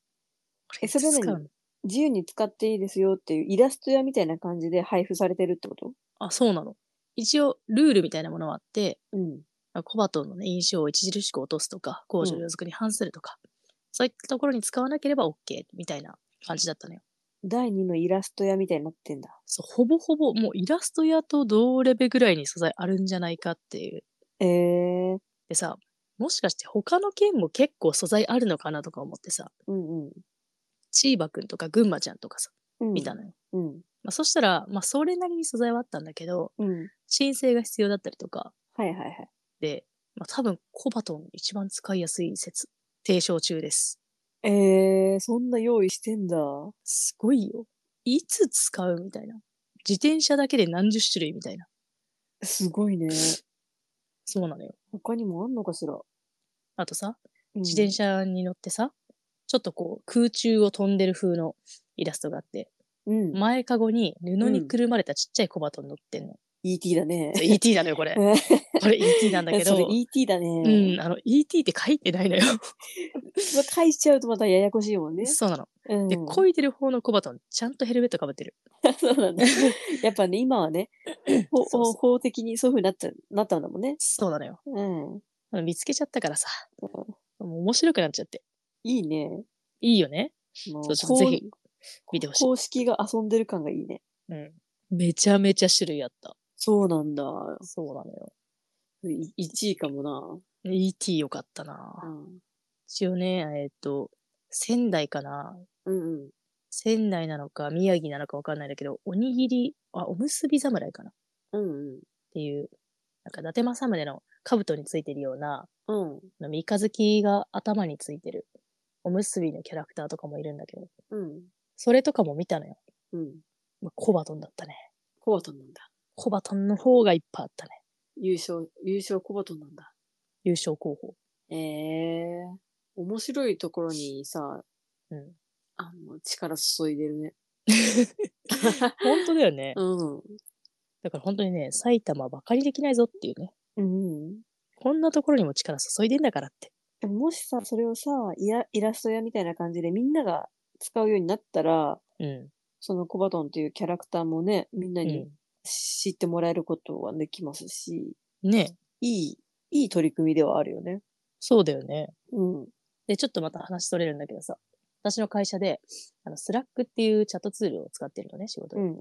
A: これ
B: え
A: いつ
B: それ
A: 使
B: 何
A: うの
B: 自由に使っていいですよっていうイラスト屋みたいな感じで配布されてるってこと
A: あ、そうなの。一応、ルールみたいなものはあって、
B: うん。
A: まあコバトンの、ね、印象を著しく落とすとか、公序良俗に反するとか、そういったところに使わなければ OK みたいな感じだったのよ。
B: 第二のイラスト屋みたいになってんだ。
A: そう、ほぼほぼ、もうイラスト屋と同レベルぐらいに素材あるんじゃないかっていう。
B: ええー。
A: でさ、もしかして他の県も結構素材あるのかなとか思ってさ、
B: うんうん。
A: チーバくんとか群馬ちゃんとかさ、
B: うん、
A: 見たのよ。
B: うん。
A: まあ、そしたら、まあ、それなりに素材はあったんだけど、
B: うん。
A: 申請が必要だったりとか、
B: はいはいはい。
A: で、まあ、多分コバトン一番使いやすい説、提唱中です。
B: ええー、そんな用意してんだ。
A: すごいよ。いつ使うみたいな。自転車だけで何十種類みたいな。
B: すごいね。
A: そうなのよ。
B: 他にもあんのかしら。
A: あとさ、
B: うん
A: 自転。車に乗ってさ、ちょっとこう空中を飛んでる風のイラストがあって、
B: うん。
A: 前かごに布
B: う
A: に
B: ん
A: くるまれたちっちゃい小バトン乗ってんの。
B: ET だね。
A: そう ET なのよ、これ。 これ ET なんだけ
B: それ
A: ど。
B: ET だね。
A: う。ん、あの、ET って書いてないのよ。
B: 返しちゃうとまたややこしいもんね。
A: そうなの。
B: うん。
A: で、漕いでる方の小バトン、ちゃんとヘルメットかぶってる。
B: そうなんだ。やっぱね、今は ね、ほ
A: そうそう
B: 法的にそういうふうになっちゃなったんだもんね。
A: そうなのよ。
B: うん。
A: あの見つけちゃったからさ、もう面白くなっちゃって。
B: いいね。
A: いいよね。
B: も
A: そうちょっとぜひ見てほしい
B: 公式が遊んでる感がいいね。
A: うん。めちゃめちゃ種類あった。
B: そうなんだ。
A: そうなのよ。
B: 1位かも
A: ET よかったな、
B: な。うん。
A: 一応ね、えっ、と、仙台かな
B: うんうん。
A: 仙台なのか宮城なのかわかんないんだけど、おにぎり、あ、おむすび侍かなっ
B: うん
A: ていう、なんか伊達政宗の兜についてるような、
B: うん。うん。
A: あの三日月が頭についてる、おむすびのキャラクターとかもいるんだけど、
B: うん。
A: それとかも見たのよ。
B: うん。
A: まあコバトンだったね。
B: コバトンなんだ。
A: コバトンの方がいっぱいあったね。
B: 優勝、優勝コバトンなんだ。
A: 優勝候補。
B: ええ面白いところにさ、
A: うん。
B: あの、力注いでるね。
A: 本当だよね。
B: うん。
A: だから本当にね、埼玉ばかりできないぞっていうね。
B: うん。
A: こんなところにも力注いでんだからって。
B: でももしさ、それをさ、イライラスト屋みたいな感じでみんなが使うようになったら、
A: うん。
B: そのコバトンっていうキャラクターもね、みんなに
A: う
B: 知ってもらえることができますし、
A: ん、ね
B: いい、いい取り組みではあるよね。
A: そうだよね。
B: うん。
A: で、ちょっとまた話取れるんだけどさ、私の会社で、あの、スラックっていうチャットツールを使ってるのね、仕事
B: う
A: で。
B: んうん。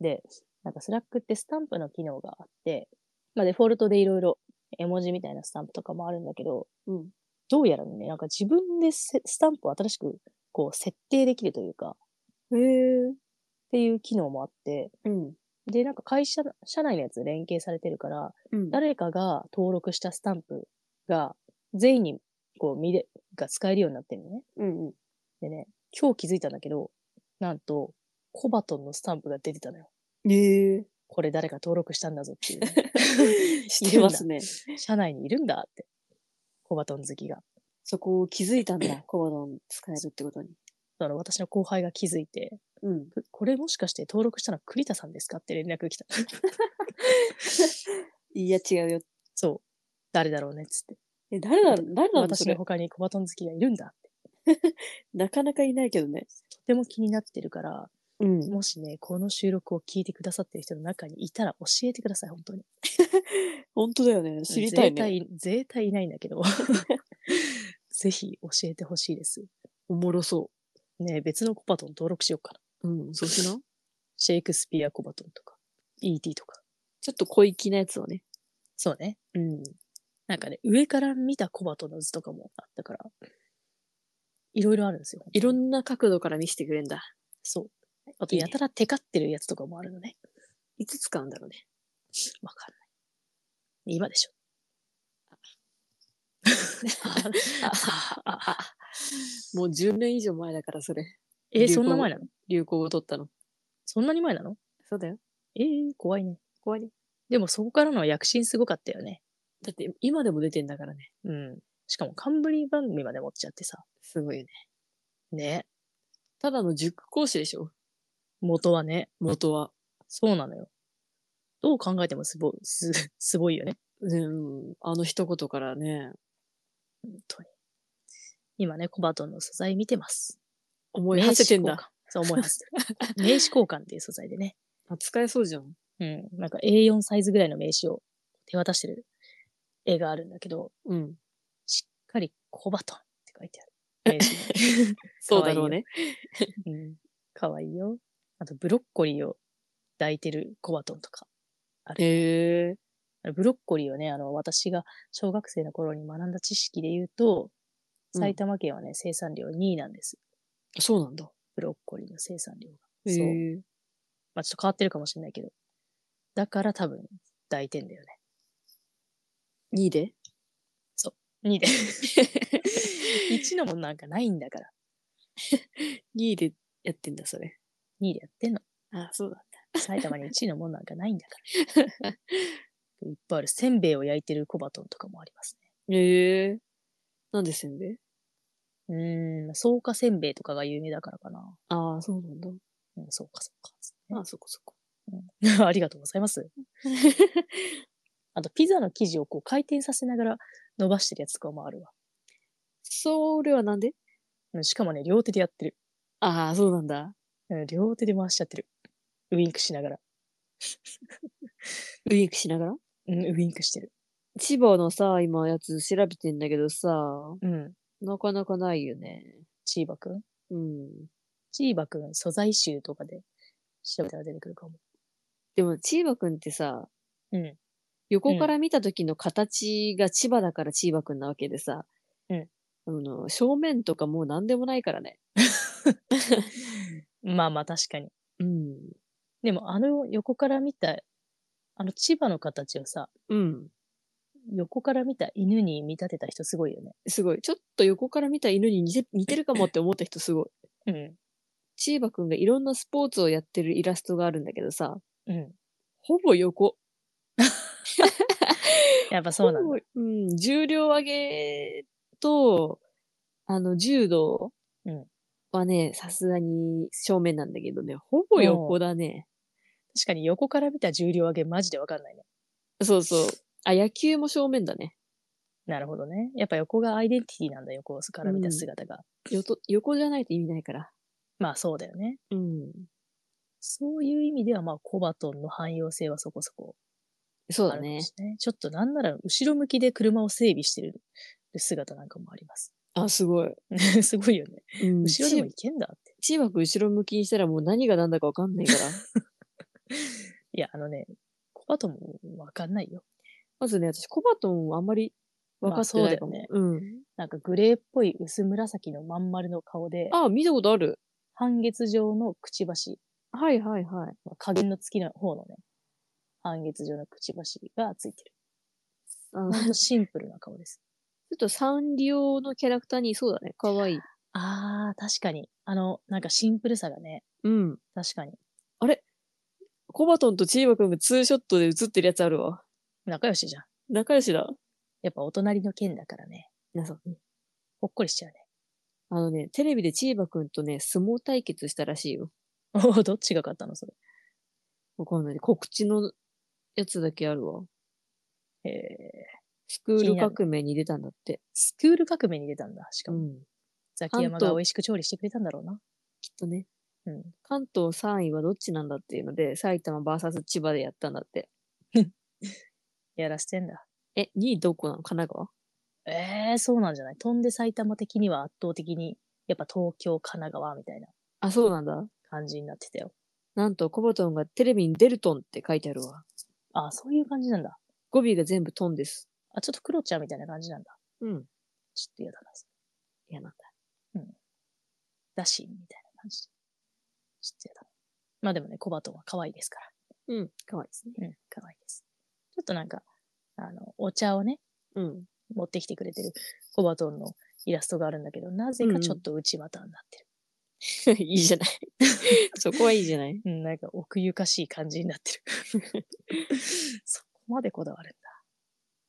A: で、なんかスラックってスタンプの機能があって、まあデフォルトでいろいろ絵文字みたいなスタンプとかもあるんだけど、
B: うん。
A: どうやらね、なんか自分でせスタンプを新しくこう設定できるというか、っ
B: へえ。
A: ていう機能もあって、
B: うん。
A: で、なんか会社の、社内のやつ連携されてるから、
B: うん。
A: 誰かが登録したスタンプが全員にこう見れ、が使えるようになってるのね。
B: うんうん。
A: でね、今日気づいたんだけど、なんと、コバトンのスタンプが出てたのよ。
B: へ え。
A: これ誰か登録したんだぞっていうね、
B: 知ってますね。
A: 社内にいるんだって。コバトン好きが。
B: そこを気づいたんだ、コバトン使えるってことに。
A: だから私の後輩が気づいて、
B: うん。
A: ここれもしかして登録したのは栗田さんですかって連絡 来た。
B: いや、違うよ。
A: そう。誰だろうねっつって。
B: え、誰なの、誰なのそ
A: 私の
B: れ。
A: 他にコバトン好きがいるんだって。
B: なかなかいないけどね。
A: とても気になってるから、
B: うん。
A: もしね、この収録を聞いてくださってる人の中にいたら教えてください、本当に。
B: 本当だよね。知りたいね。
A: 絶対、絶対いないんだけ ど。ぜひ教えてほしいです。
B: おもろそ
A: ね別のコパトン登録しようかな。
B: う。うん、そうしな。
A: シェイクスピアコパトンとか、ET とか。
B: ちょっと小粋なやつをね。
A: そうね。
B: うん。
A: なんかね、上から見たコバトの図とかもあったから、いろいろあるんですよ。
B: いろんな角度から見せてくれんだ。
A: そう。あと、
B: いいね
A: やたらテカってるやつとかもあるのね。
B: いつ使うんだろう ね。
A: わかんない。今でしょ。
B: あああもう10年以上前だから、それ。
A: えー
B: 流行
A: そんな前なの
B: 流行を取ったの。
A: そんなに前なの
B: そうだよ。
A: えー、怖いね。
B: 怖いね。
A: でもそこからの躍進すごかったよね。
B: だって今でも出てんだからね。
A: うん。しかも冠番組まで持っちゃってさ。
B: すごいよね。
A: ね。
B: ただの塾講師でしょ
A: 元はね。
B: 元は。
A: そうなのよ。どう考えてもすごい、す、 すごいよね。
B: うん。あの一言からね、
A: 本当に。今ね、コバトンの素材見てます。
B: 思い馳せてん
A: 名刺交
B: だ。
A: 換。そう思いはせてる 名刺交換っていう素材でね。
B: 扱えそうじゃん。
A: うん。なんか A4 サイズぐらいの名刺を手渡してる絵があるんだけど、
B: うん。
A: しっかりコバトンって書いて ある。名刺に
B: そうだろうね。
A: うん。かわいいよ。あと、ブロッコリーを抱いてるコバトンとか。
B: へえ。
A: あのブロッコリーをね、あの、私が小学生の頃に学んだ知識で言うと、
B: うん
A: 埼玉県はね、生産量2位なんです。
B: そうなんだ。
A: ブロッコリーの生産量が。
B: へ
A: そう。
B: え。
A: まあ、ちょっと変わってるかもしれないけど。だから多分、抱いてんだよね。
B: 2で
A: 2で。1のもなんかないんだから。
B: ?2 でやってんだ、それ。
A: 2でやってんの。
B: あ、そうだ。
A: 埼玉に1のもんなんかないんだ から。いっぱいある。せんべいを焼いてるコバトンとかもあります
B: へえ。なんでせんべい
A: ね。うーん、草加せんべいとかが有名だからかな。
B: ああ、そうなんだ。
A: うん、そうかそうか。
B: ああ、そこそこ。
A: ありがとうございます。あと、ピザの生地をこう回転させながら伸ばしてるやつとかもあるわ。
B: それはなんで
A: うんしかもね、両手でやってる。
B: ああ、そうなんだ。
A: うん両手で回しちゃってる。ウインクしながら。
B: ウィークしながら
A: うん、ウインクしてる。
B: 千葉のさ、今やつ調べてんだけどさ、
A: うん。
B: なかなかないよね。
A: チーバくん
B: うん。
A: チーバくん素材集とかで調べたら出てくるかも。
B: でも、千葉くんってさ、
A: うん。
B: 横から見た時の形が千葉だから千葉くんなわけでさ、
A: うん
B: あの正面とかもう何でもないからね。
A: まあまあ確かに。
B: うん。
A: でもあの横から見た、あの千葉の形をさ、
B: うん。
A: 横から見た犬に見立てた人すごいよね。
B: すごい。ちょっと横から見た犬に似て似てるかもって思った人すごい。
A: うん。
B: 千葉くんがいろんなスポーツをやってるイラストがあるんだけどさ、
A: うん。
B: ほぼ横。
A: やっぱそうなんだ
B: ほ。ぼうん。重量上げと、あの、柔道
A: うん
B: はね、さすがに正面なんだけどね、ほぼ横だね。
A: 確かに横から見た重量上げマジでわかんないね。
B: そうそう。あ、野球も正面だね。
A: なるほどね。やっぱ横がアイデンティティなんだ、横から見た姿が。
B: よと横じゃないと意味ないから。
A: まあそうだよね。
B: うん。
A: そういう意味では、まあコバトンの汎用性はそこそこ
B: そう
A: あ
B: だ
A: るか
B: ね
A: も。しれない。ちょっとなんなら後ろ向きで車を整備してる姿なんかもあります。
B: あ、すごい。
A: すごいよね。
B: うん、
A: 後ろでも
B: 千
A: 行けんだって。
B: 千葉くん後ろ向きにしたらもう何が何だかわかんないか
A: い
B: ら。
A: や、あのね、コバトンもわかんないよ。
B: まずね、私、コバトンはあんまり分かってないかも。
A: まあ
B: うん。
A: なんかグレーっぽい薄紫のまん丸の顔で、
B: あ、見たことある。
A: 半月状のくちばし、
B: はいはいはい。
A: まあ加減の月の方のね、半月状のくちばしがついてる。
B: あのち
A: ほんとシンプルな顔です。
B: ょっとサンリオのキャラクターにいそうだね。かわいい。
A: ああ、確かに。あの、なんかシンプルさがね、
B: うん。
A: 確かに。
B: コバトンと千葉くんがツーショットで写ってるやつあるわ。
A: 仲良しじゃん。
B: 仲良しだ。
A: やっぱお隣の県だからね、
B: なそうね。
A: ほっこりしちゃうね。
B: あのね、テレビで千葉くんとね、相撲対決したらしいよ。
A: おお、 どっちが勝ったのそれ。
B: わかんない。告知のやつだけあるわ。
A: えー、
B: スクー
A: 気に
B: ル
A: なる
B: 革命に出たんだって。
A: スクール革命に出たんだ。しか
B: う
A: も、
B: ん。
A: ザキヤマ
B: 関
A: が
B: 東
A: 美味しく調理してくれたんだろうな。
B: きっとね。
A: うん
B: 関東3位はどっちなんだっていうので、埼玉 VS 千葉でやったんだって。
A: やらせてんだ。
B: え、2位どこなの神奈川
A: ええそうなんじゃない飛んで埼玉的には圧倒的に、やっぱ東京、神奈川みたいな
B: あ、そうなんだ。
A: 感じになってたよ。
B: なんと、コバトンがテレビに出るトンって書いてあるわ。
A: ああ、そういう感じなんだ。
B: 語尾が全部トンです。
A: あ、ちょっとクロちゃんみたいな感じなんだ。
B: うん。
A: ちょっと嫌だな。
B: 嫌なんだ。
A: だし、みたいな感じで。ちょっと嫌だ。まあでもね、コバトンは可愛いですから。
B: うん。かわいいですね。
A: うん、可愛いです。ちょっとなんか、あの、お茶をね、
B: うん。
A: 持ってきてくれてるコバトンのイラストがあるんだけど、なぜかちょっと内股になってる。
B: いいじゃない。 そこはいいじゃない。
A: うん、なんか奥ゆかしい感じになってる。 そこまでこだわるんだ。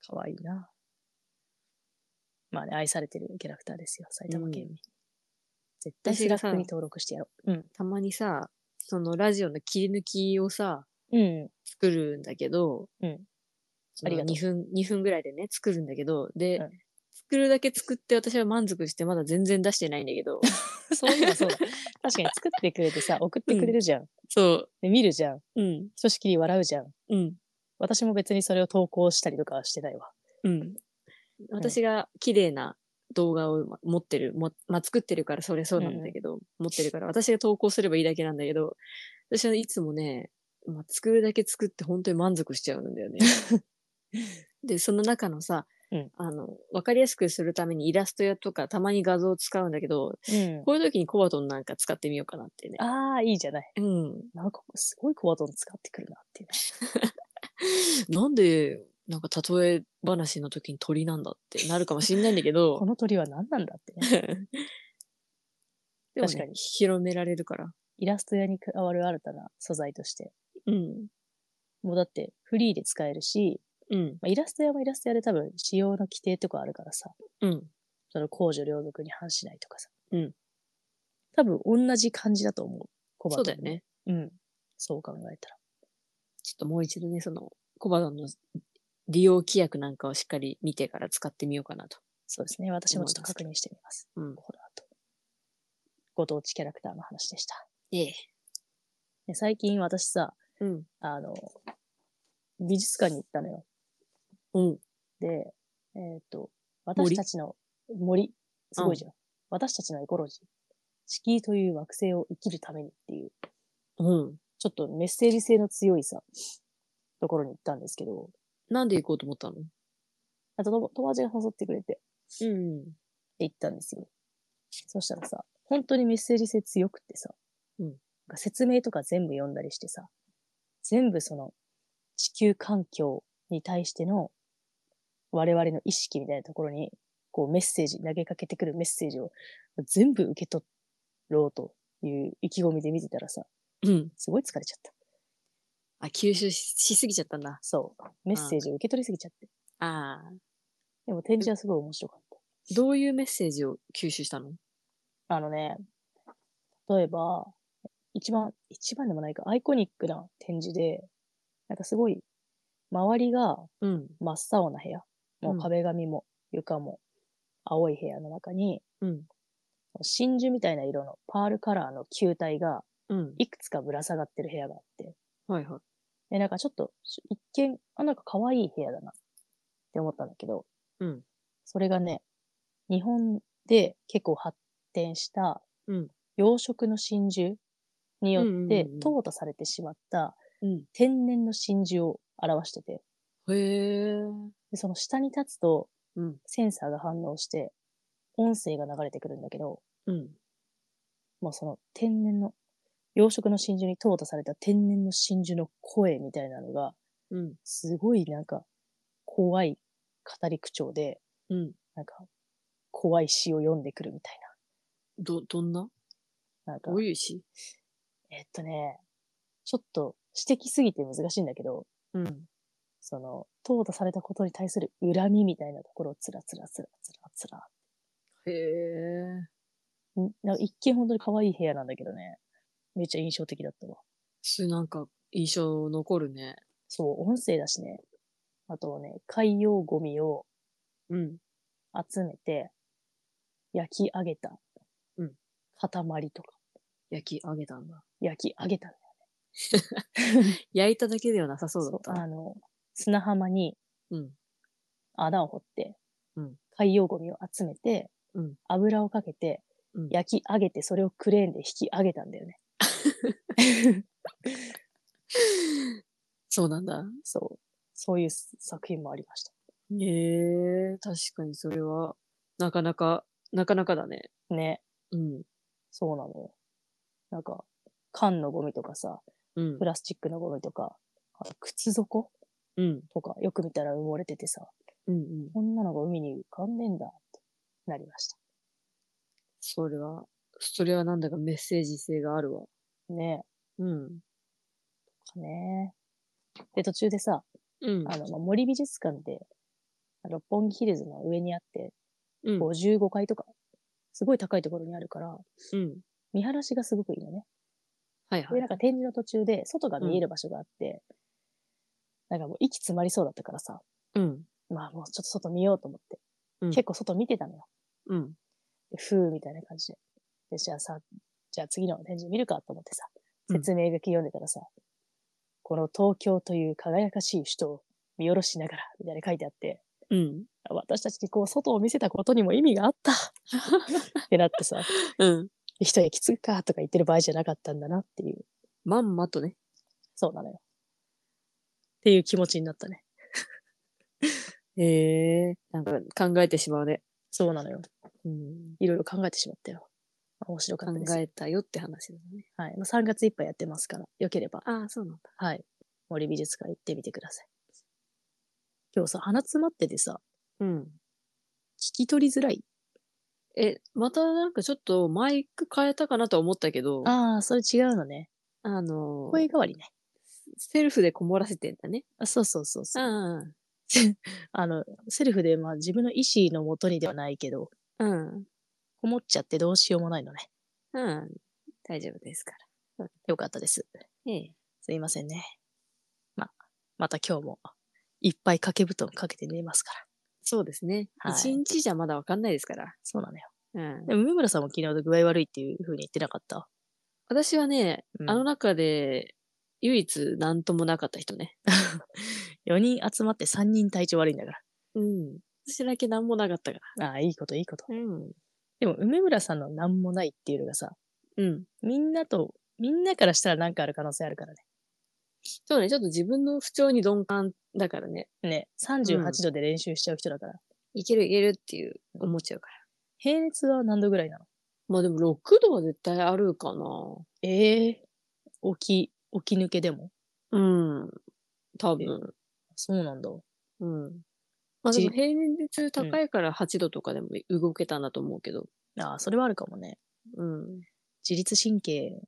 A: 可愛いな。まあね、愛されてるキャラクターですよ、埼玉県民。絶対ス
B: 私
A: ラ
B: が
A: ッ
B: さ
A: クに登録してやろう。うん。
B: たまにさ、そのラジオの切り抜きをさ、
A: うん。
B: 作るんだけど、
A: うん
B: その
A: ありがとう
B: 2分、2分ぐらいでね、作るんだけど、で、
A: うん
B: 作るだけ作って私は満足してまだ全然出してないんだ けど、
A: そういえばそう だ。確かに作ってくれてさ、送ってくれるじゃん。
B: そ
A: で見るじゃん。
B: う。うん。
A: ひとしきり笑うじゃん。
B: うん。
A: 私も別にそれを投稿したりとかはしてないわ。
B: うん。私が綺麗な動画をま持ってる、もまあ、作ってるからそれそうなんだけど、持ってるから私が投稿すればいいだけなんだけど、私はいつもね、まあ、作るだけ作って本当に満足しちゃうんだよね。で、その中のさ、
A: うん
B: あの、わかりやすくするためにイラストやとかたまに画像を使うんだけど、
A: うん。
B: こういう時にコバトンなんか使ってみようかなってね。
A: ああ、いいじゃない。
B: うん。
A: なんかすごいコバトン使ってくるなっていう。
B: なんで、なんか例え話の時に鳥なんだってなるかもしんないんだけど
A: こ、の鳥は何なんだってね。
B: でも ね
A: 確かに
B: 広められるから。
A: イラスト屋に変わる新たな素材として。
B: うん。
A: もうだってフリーで使えるし、
B: うん。
A: まあ、イラスト屋もイラスト屋で多分使用の規定とかあるからさ、
B: うん。
A: その公序良俗に反しないとかさ。
B: うん。
A: 多分同じ感じだと思う。コバ
B: そ
A: ト
B: う
A: ンも
B: だよ。ね。
A: うん。そう考えたら。
B: ちょっともう一度ね、その、コバさんの利用規約なんかをしっかり見てから使ってみようかなと。
A: そうですね。私もちょっと
B: 思います
A: 確認してみます。
B: うん
A: この後。ご当地キャラクターの話でした。
B: ええ。
A: で最近私さ、
B: うん。
A: あの、美術館に行ったのよ。
B: うん。
A: で、えっ、と、私
B: 森
A: たちの森、すごいじゃん。私たちのエコロジー、地球という惑星を生きるためにっていう、
B: うん。
A: ちょっとメッセージ性の強いさ、ところに行ったんですけど、
B: なんで行こうと思ったの
A: あと友友達が誘ってくれて、
B: うん。
A: で行ったんですよ。そしたらさ、本当にメッセージ性強くってさ、
B: うん
A: なんか説明とか全部読んだりしてさ、全部その地球環境に対しての我々の意識みたいなところに、こうメッセージ、投げかけてくるメッセージを全部受け取ろうという意気込みで見てたらさ、
B: うん。
A: すごい疲れちゃった。
B: あ、吸収ししすぎちゃったんだ。
A: そう。メッセージを受け取りすぎちゃって。
B: ああ。
A: でも展示はすごい面白かった。
B: どういうメッセージを吸収したの
A: あのね、例えば、一番、一番でもないか、アイコニックな展示で、なんかすごい、周りが
B: うん。
A: 真っ青な部屋、も
B: う
A: うん壁紙も床も青い部屋の中に、
B: うん。
A: 真珠みたいな色のパールカラーの球体が
B: うん。
A: いくつかぶら下がってる部屋があって、
B: はいはい。
A: で、なんかちょっと、一見、あ、なんか可愛い部屋だなって思ったんだけど、
B: うん。
A: それがね、日本で結構発展した
B: うん
A: 養殖の真珠によ
B: うんうん
A: っ
B: うん
A: て
B: うん
A: 淘汰されてしまった
B: うん。
A: 天然の真珠を表してて、
B: へえ。
A: でその下に立つと
B: うん。
A: センサーが反応して音声が流れてくるんだけど、
B: うん。
A: もうその天然の、養殖の真珠に淘汰された天然の真珠の声みたいなのが、
B: うん。
A: すごいなんか怖い語り口調で、
B: うん。
A: なんか怖い詩を読んでくるみたい
B: ど、どんな
A: な。なんか
B: どういう詩
A: えっとね、ちょっと指摘すぎて難しいんだけど、
B: うん。
A: その、淘汰されたことに対する恨みみたいなところをつらつらつらつらつら。
B: へえ。
A: んなんか一見本当に可愛い部屋なんだけどね、めっちゃ印象的だったわ。
B: そうなんか印象残るね。
A: そう、音声だしね。あとはね、海洋ゴミを
B: うん。
A: 集めて、焼き上げた
B: うん、
A: 塊とか、
B: 焼き上げたんだ。
A: 焼き上げたんだよ
B: 焼いただけではなさそうだった。
A: あの、砂浜に
B: うん。
A: 穴を掘って、
B: うん
A: 海洋ゴミを集めて、
B: うん
A: 油をかけて、
B: うん
A: 焼き上げて、それをクレーンで引き上げたんだよね。
B: そうなんだ。
A: そう。そういう作品もありました。
B: へえ、確かにそれは、なかなか、なかなかだね。
A: ね。
B: うん。
A: そうなのよ。なんか、缶のゴミとかさ、
B: うん
A: プ。ラスチックのゴミとか、あと靴底
B: うん。
A: とか、よく見たら埋もれててさ、
B: うん。うん。
A: こんなのが海に浮かんでんだってなりました。
B: それは、それはなんだかメッセージ性があるわ。
A: ね
B: うん。
A: え。ねえ。で、途中でさ、
B: うん。
A: あの、まあ、森美術館で、六本木ヒルズの上にあって、
B: うん。
A: 55階とか、すごい高いところにあるから、
B: うん。
A: 見晴らしがすごくいいのね。
B: はい
A: で、
B: は
A: なん
B: い。
A: か展示の途中で、外が見える場所があって、なんかもう息詰まりそうだったからさ、
B: うん。
A: まあもうちょっと外見ようと思って、
B: うん
A: 結構外見てたのよ。
B: うん。
A: でふーみたいな感じで。で、じゃあさ、じゃあ次の展示見るかと思ってさ、
B: うん
A: 説明書き読んでたらさ、この東京という輝かしい首都を見下ろしながら、みたいな書いてあって、
B: うん。
A: 私たちにこう外を見せたことにも意味があった ってなってさ、
B: うん。
A: 一息つくかとか言ってる場合じゃなかったんだなっていう、
B: まんまとね。
A: そうなのよ。っていう気持ちになったね。
B: へえ。なんか考えてしまうね。
A: そうなのよ。
B: うん。
A: いろいろ考えてしまったよ。面白かったです。
B: 考
A: はい。
B: えたよって話だね。
A: まあ、3月いっぱいやってますから、よければ、
B: ああ、そうなんだ。
A: はい。森美術館行ってみてください。今日さ、鼻詰まっててさ、
B: うん。
A: 聞き取りづらい。
B: え、またなんかちょっとマイク変えたかなとは思ったけど、あ
A: ああ、それ違うのね。
B: の、
A: 声変わりね。
B: セルフでこもらせてんだね。
A: あそうそうそうそう。
B: ん。
A: あの、セルフで、まあ自分の意思のもとにではないけど、
B: うん。
A: こもっちゃってどうしようもないのね。
B: うん。大丈夫ですから。
A: よかったです。
B: ええ。
A: すいませんね。まあ、また今日もいっぱい掛け布団かけて寝ますから。
B: そうですね。
A: はい
B: 一、日じゃまだわかんないですから。
A: そうなのよ。
B: うん。
A: でも、梅村さんも昨日具合悪いっていう風に言ってなかった。
B: 私はね、
A: うん
B: あの中で唯一何ともなかった人ね。
A: 4人集まって3人体調悪いんだか。
B: うん。私だけ何もなかったから
A: ああ、いいこといいこと。
B: ら。うん。
A: でも、梅村さんの何もないっていうのがさ、
B: うん。
A: みんなと、みんなからしたら何かある可能性あるからね。
B: そうね、ちょっと自分の不調に鈍感だからね。
A: ね、38度で練習しちゃう人だから。
B: いけるいけるっていう思っちゃうから。
A: 平熱は何度ぐらいなの
B: まあでも6度は絶対あるかな。
A: ええ起き、起き抜けでも
B: うん。多分。
A: そうなんだ。
B: うん。まあで
A: じ
B: も平年中高いから8度とかでも動けたんだと思うけど。
A: ああ、それはあるかもね。
B: うん。
A: 自律神経、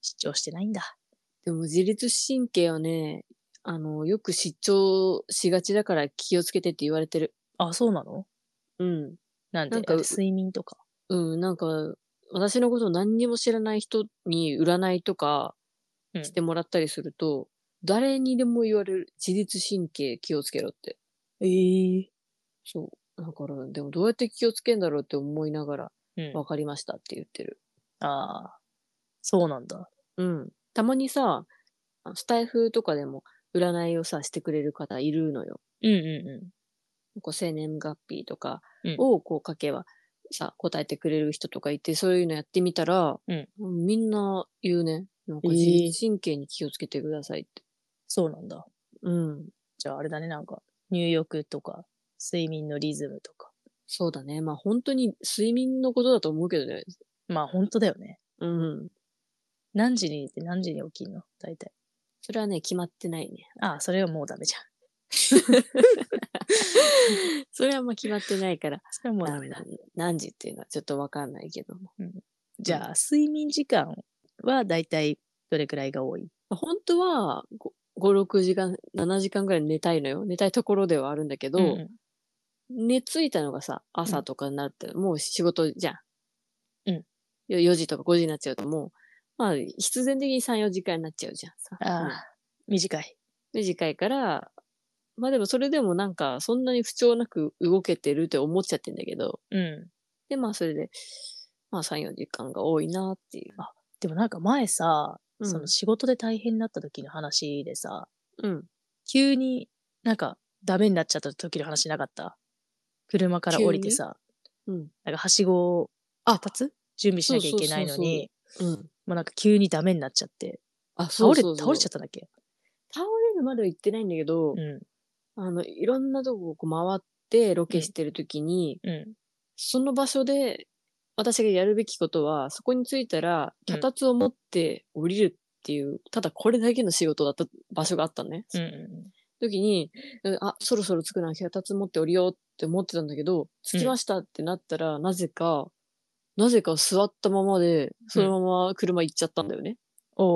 A: 失調してないんだ。
B: でも自律神経はね、あの、よく失調しがちだから気をつけてって言われてる。
A: あ、そうなの
B: うん。
A: なんで
B: なんか
A: あれ睡眠とか。
B: うん、なんか、私のことを何にも知らない人に占いとか
A: うん
B: してもらったりすると、誰にでも言われる。自律神経気をつけろって。
A: ええ
B: そう。だから、でもどうやって気をつけんだろうって思いながら、
A: うん。
B: わかりましたって言ってる。
A: ああ、そうなんだ。
B: うん。たまにさ、あスタイフとかでも占いをさ、してくれる方いるのよ。
A: うんうんう
B: こう生年月日とか
A: うん
B: をこう書けばさ、答えてくれる人とかいて、そういうのやってみたら、
A: うん
B: みんな言うね。なん
A: え
B: か
A: ー
B: 自律神経に気をつけてくださいって。
A: そうなんだ。
B: うん。
A: じゃああれだね、なんか、入浴とか、睡眠のリズムとか。
B: そうだね。まあ本当に睡眠のことだと思うけどね。
A: まあ本当だよね。
B: うん。
A: 何時に寝て何時に起きんの大体。
B: それはね、決まってない ね。
A: ああ、それはもうダメじゃん。
B: それはまあ決まってな いから、
A: それはもうダ
B: 何
A: メだ。
B: 何時っていうのはちょっとわかんないけども。
A: じゃあ、睡眠時間は大体どれくらいが多い
B: 本当はご5、6時間、7時間ぐらい寝たいのよ。寝たいところではあるんだけど、
A: うんうん
B: 寝ついたのがさ、朝とかになって、もう仕事じゃん。
A: うん
B: よ。4時とか5時になっちゃうともう、まあ、必然的に3、4時間になっちゃうじゃんさ。
A: ああ、
B: うん
A: 短い。
B: 短いから、まあでもそれでもなんか、そんなに不調なく動けてるって思っちゃってんだけど、
A: うん。
B: で、まあそれで、まあ3、4時間が多いなっていう。
A: でもなんか前さ、
B: うん
A: その仕事で大変になった時の話でさ、
B: うん。
A: 急になんかダメになっちゃった時の話なかった車から
B: 急に
A: 降りてさ、
B: うん。
A: なんかはしごを
B: あ
A: 2つ準備しなきゃいけないの
B: そうそうそうそ
A: に、
B: うん。
A: もうなんか急にダメになっちゃって、
B: あ、
A: 倒
B: そう
A: れ、
B: そうそう
A: 倒れちゃったんだっけ
B: 倒れるまでは行ってないんだけど、
A: うん。
B: あの、いろんなとここう回ってロケしてるときに、
A: う
B: その場所で私がやるべきことは、そこに着いたら、
A: うん
B: 脚立を持って降りるっていう、ただこれだけの仕事だった場所があったのね。
A: ん。うん。
B: 時に、うんあ、そろそろ着くな、脚立持って降りようって思ってたんだけど、着きましたってなったら、なぜか、なぜか座ったままで、そのまま車行っちゃったんだよね。
A: おー。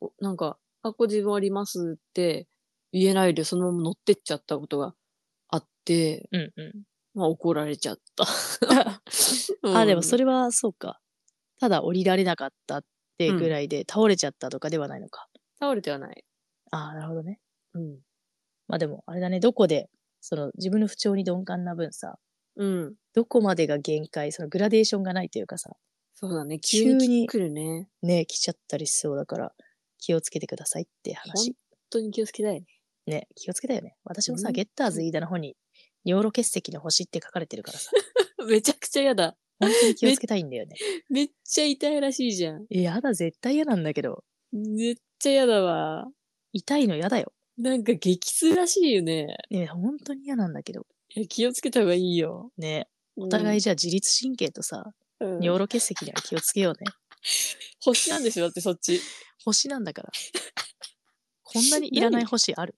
B: おなんか、あ、ここ自分ありますって言えないで、そのまま乗ってっちゃったことがあって、
A: うんう
B: まあ怒られちゃった。
A: ん。 あ、でも
B: れ
A: それはそうか。ただ降りられなかったって
B: うん
A: ぐらいで倒れちゃったとかではないのか。
B: 倒れてはない。
A: ああ、なるほどね。
B: うん。
A: まあでも、あれだね、どこで、その自分の不調に鈍感な分さ、
B: うん。
A: どこまでが限界、そのグラデーションがないというかさ、
B: そうだね。
A: 急
B: 急
A: に
B: に来るね。
A: ね、来ちゃったりしそうだから、気をつけてくださいって
B: 本
A: 話。
B: 当に気をつけたいね。
A: ね、気をつけたよね。私もさ、
B: うん
A: ゲッターズ飯田の方に、尿路結石の星って書かれてるから さ、
B: めちゃくちゃ嫌だ。
A: 本当に気をつけたいんだよね。
B: めっちゃ痛いらしいじゃん。
A: えやだ、絶対嫌なんだけど、
B: めっちゃ嫌だわ。
A: 痛いの嫌だよ。
B: なんか激痛らしいよね。
A: ね、本当に嫌なんだけど、
B: いや気をつけた方がいいよ。
A: ね、
B: お
A: お互い、じゃあ自律神経とさ、
B: うん
A: 尿路結石には気をつけようね。
B: 星なんでしょだってそっち。
A: 星なんだから。こんなにいらない星 ある。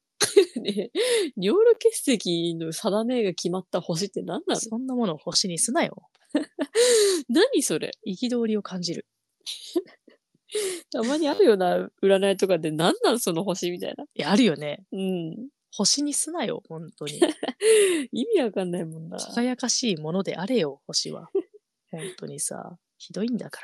B: ね尿路結石の定めが決まった星って何なの
A: そんなものを星にすなよ。
B: 何それ
A: 憤りを感じる。
B: たまにあるような占いとかで何なんその星みたいな。
A: いや、あるよね。
B: うん。
A: 星にすなよ、本当 に。
B: 意味わかんないもんな。
A: 輝かしいものであれよ、星 は。本当にさ、ひどいんだか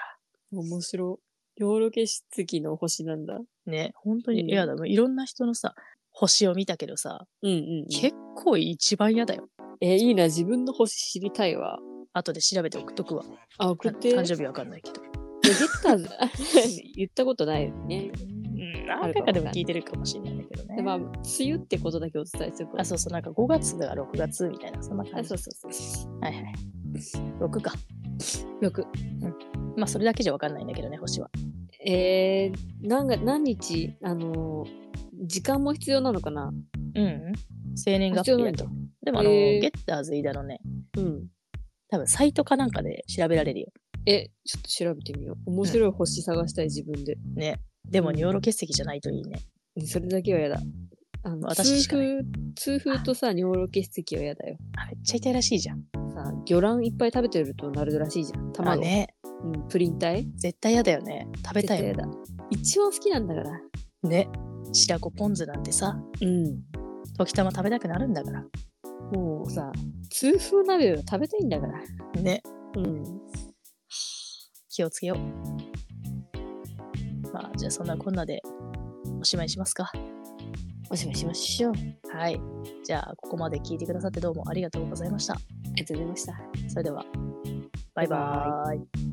B: 面白い。尿路結石の星なんだ。
A: ら。ね、本当
B: うん
A: に嫌だ。もういろんな人のさ、星を見たけどさ、
B: うんうん、うん。
A: 結構一番嫌だよ。
B: え、いいな。自分の星知りたいわ。
A: 後で調べておくとくわ。
B: あ、送
A: な
B: って。
A: 誕生日わかんないけど。
B: でゲッターズ 言ったことないよね。
A: うん、何回かでも聞いてるかもしれないんだけど
B: で
A: ね。
B: まあ、梅雨ってことだけお伝えすると。
A: あ、そうそう、なんか5月だから6月みたいな、そんな
B: あ
A: 感じ。
B: そうそうそ
A: はいはい。6か。
B: う。よく。
A: まあ、それだけじゃわかんないんだけどね、星は。
B: えー、なんか何日、あのー時間も必要なのかな
A: うん、うん。生年月
B: 必要
A: 日だ
B: なんだ
A: と。でも、あの、
B: へー
A: ゲッターズ飯田のね、
B: うん。
A: 多分サイトかなんかで調べられるよ。
B: え、ちょっと調べてみよう。面白い星探したい自分で。
A: ね。でも
B: うん
A: 尿路結石じゃないといいね。
B: それだけは嫌だ。あの
A: 私しかない
B: 痛風、痛風とさ、尿路結石は嫌だよ。
A: あめっちゃ痛いらしいじゃん。
B: さ、魚卵いっぱい食べてるとなるらしいじゃん。
A: まあ
B: 卵。
A: ね。
B: うん、プリン体
A: 絶対嫌だよね。食べたい
B: 絶対
A: も
B: 嫌だ。一番好きなんだから。
A: ん。ね。白子ポン酢なんてさ、
B: うん。
A: 時たま食べたくなるんだから。
B: もうさ、痛風鍋を食べたいんだから。
A: ね。
B: うん。
A: 気をつけよう。まあ、じゃあそんなこんなでおしまいしますか。
B: おしまいしましょう。あ
A: はい。じゃあ、ここまで聞いてくださってどうもありがとうございました。
B: りがとうございました。
A: それでは、バイバーイ。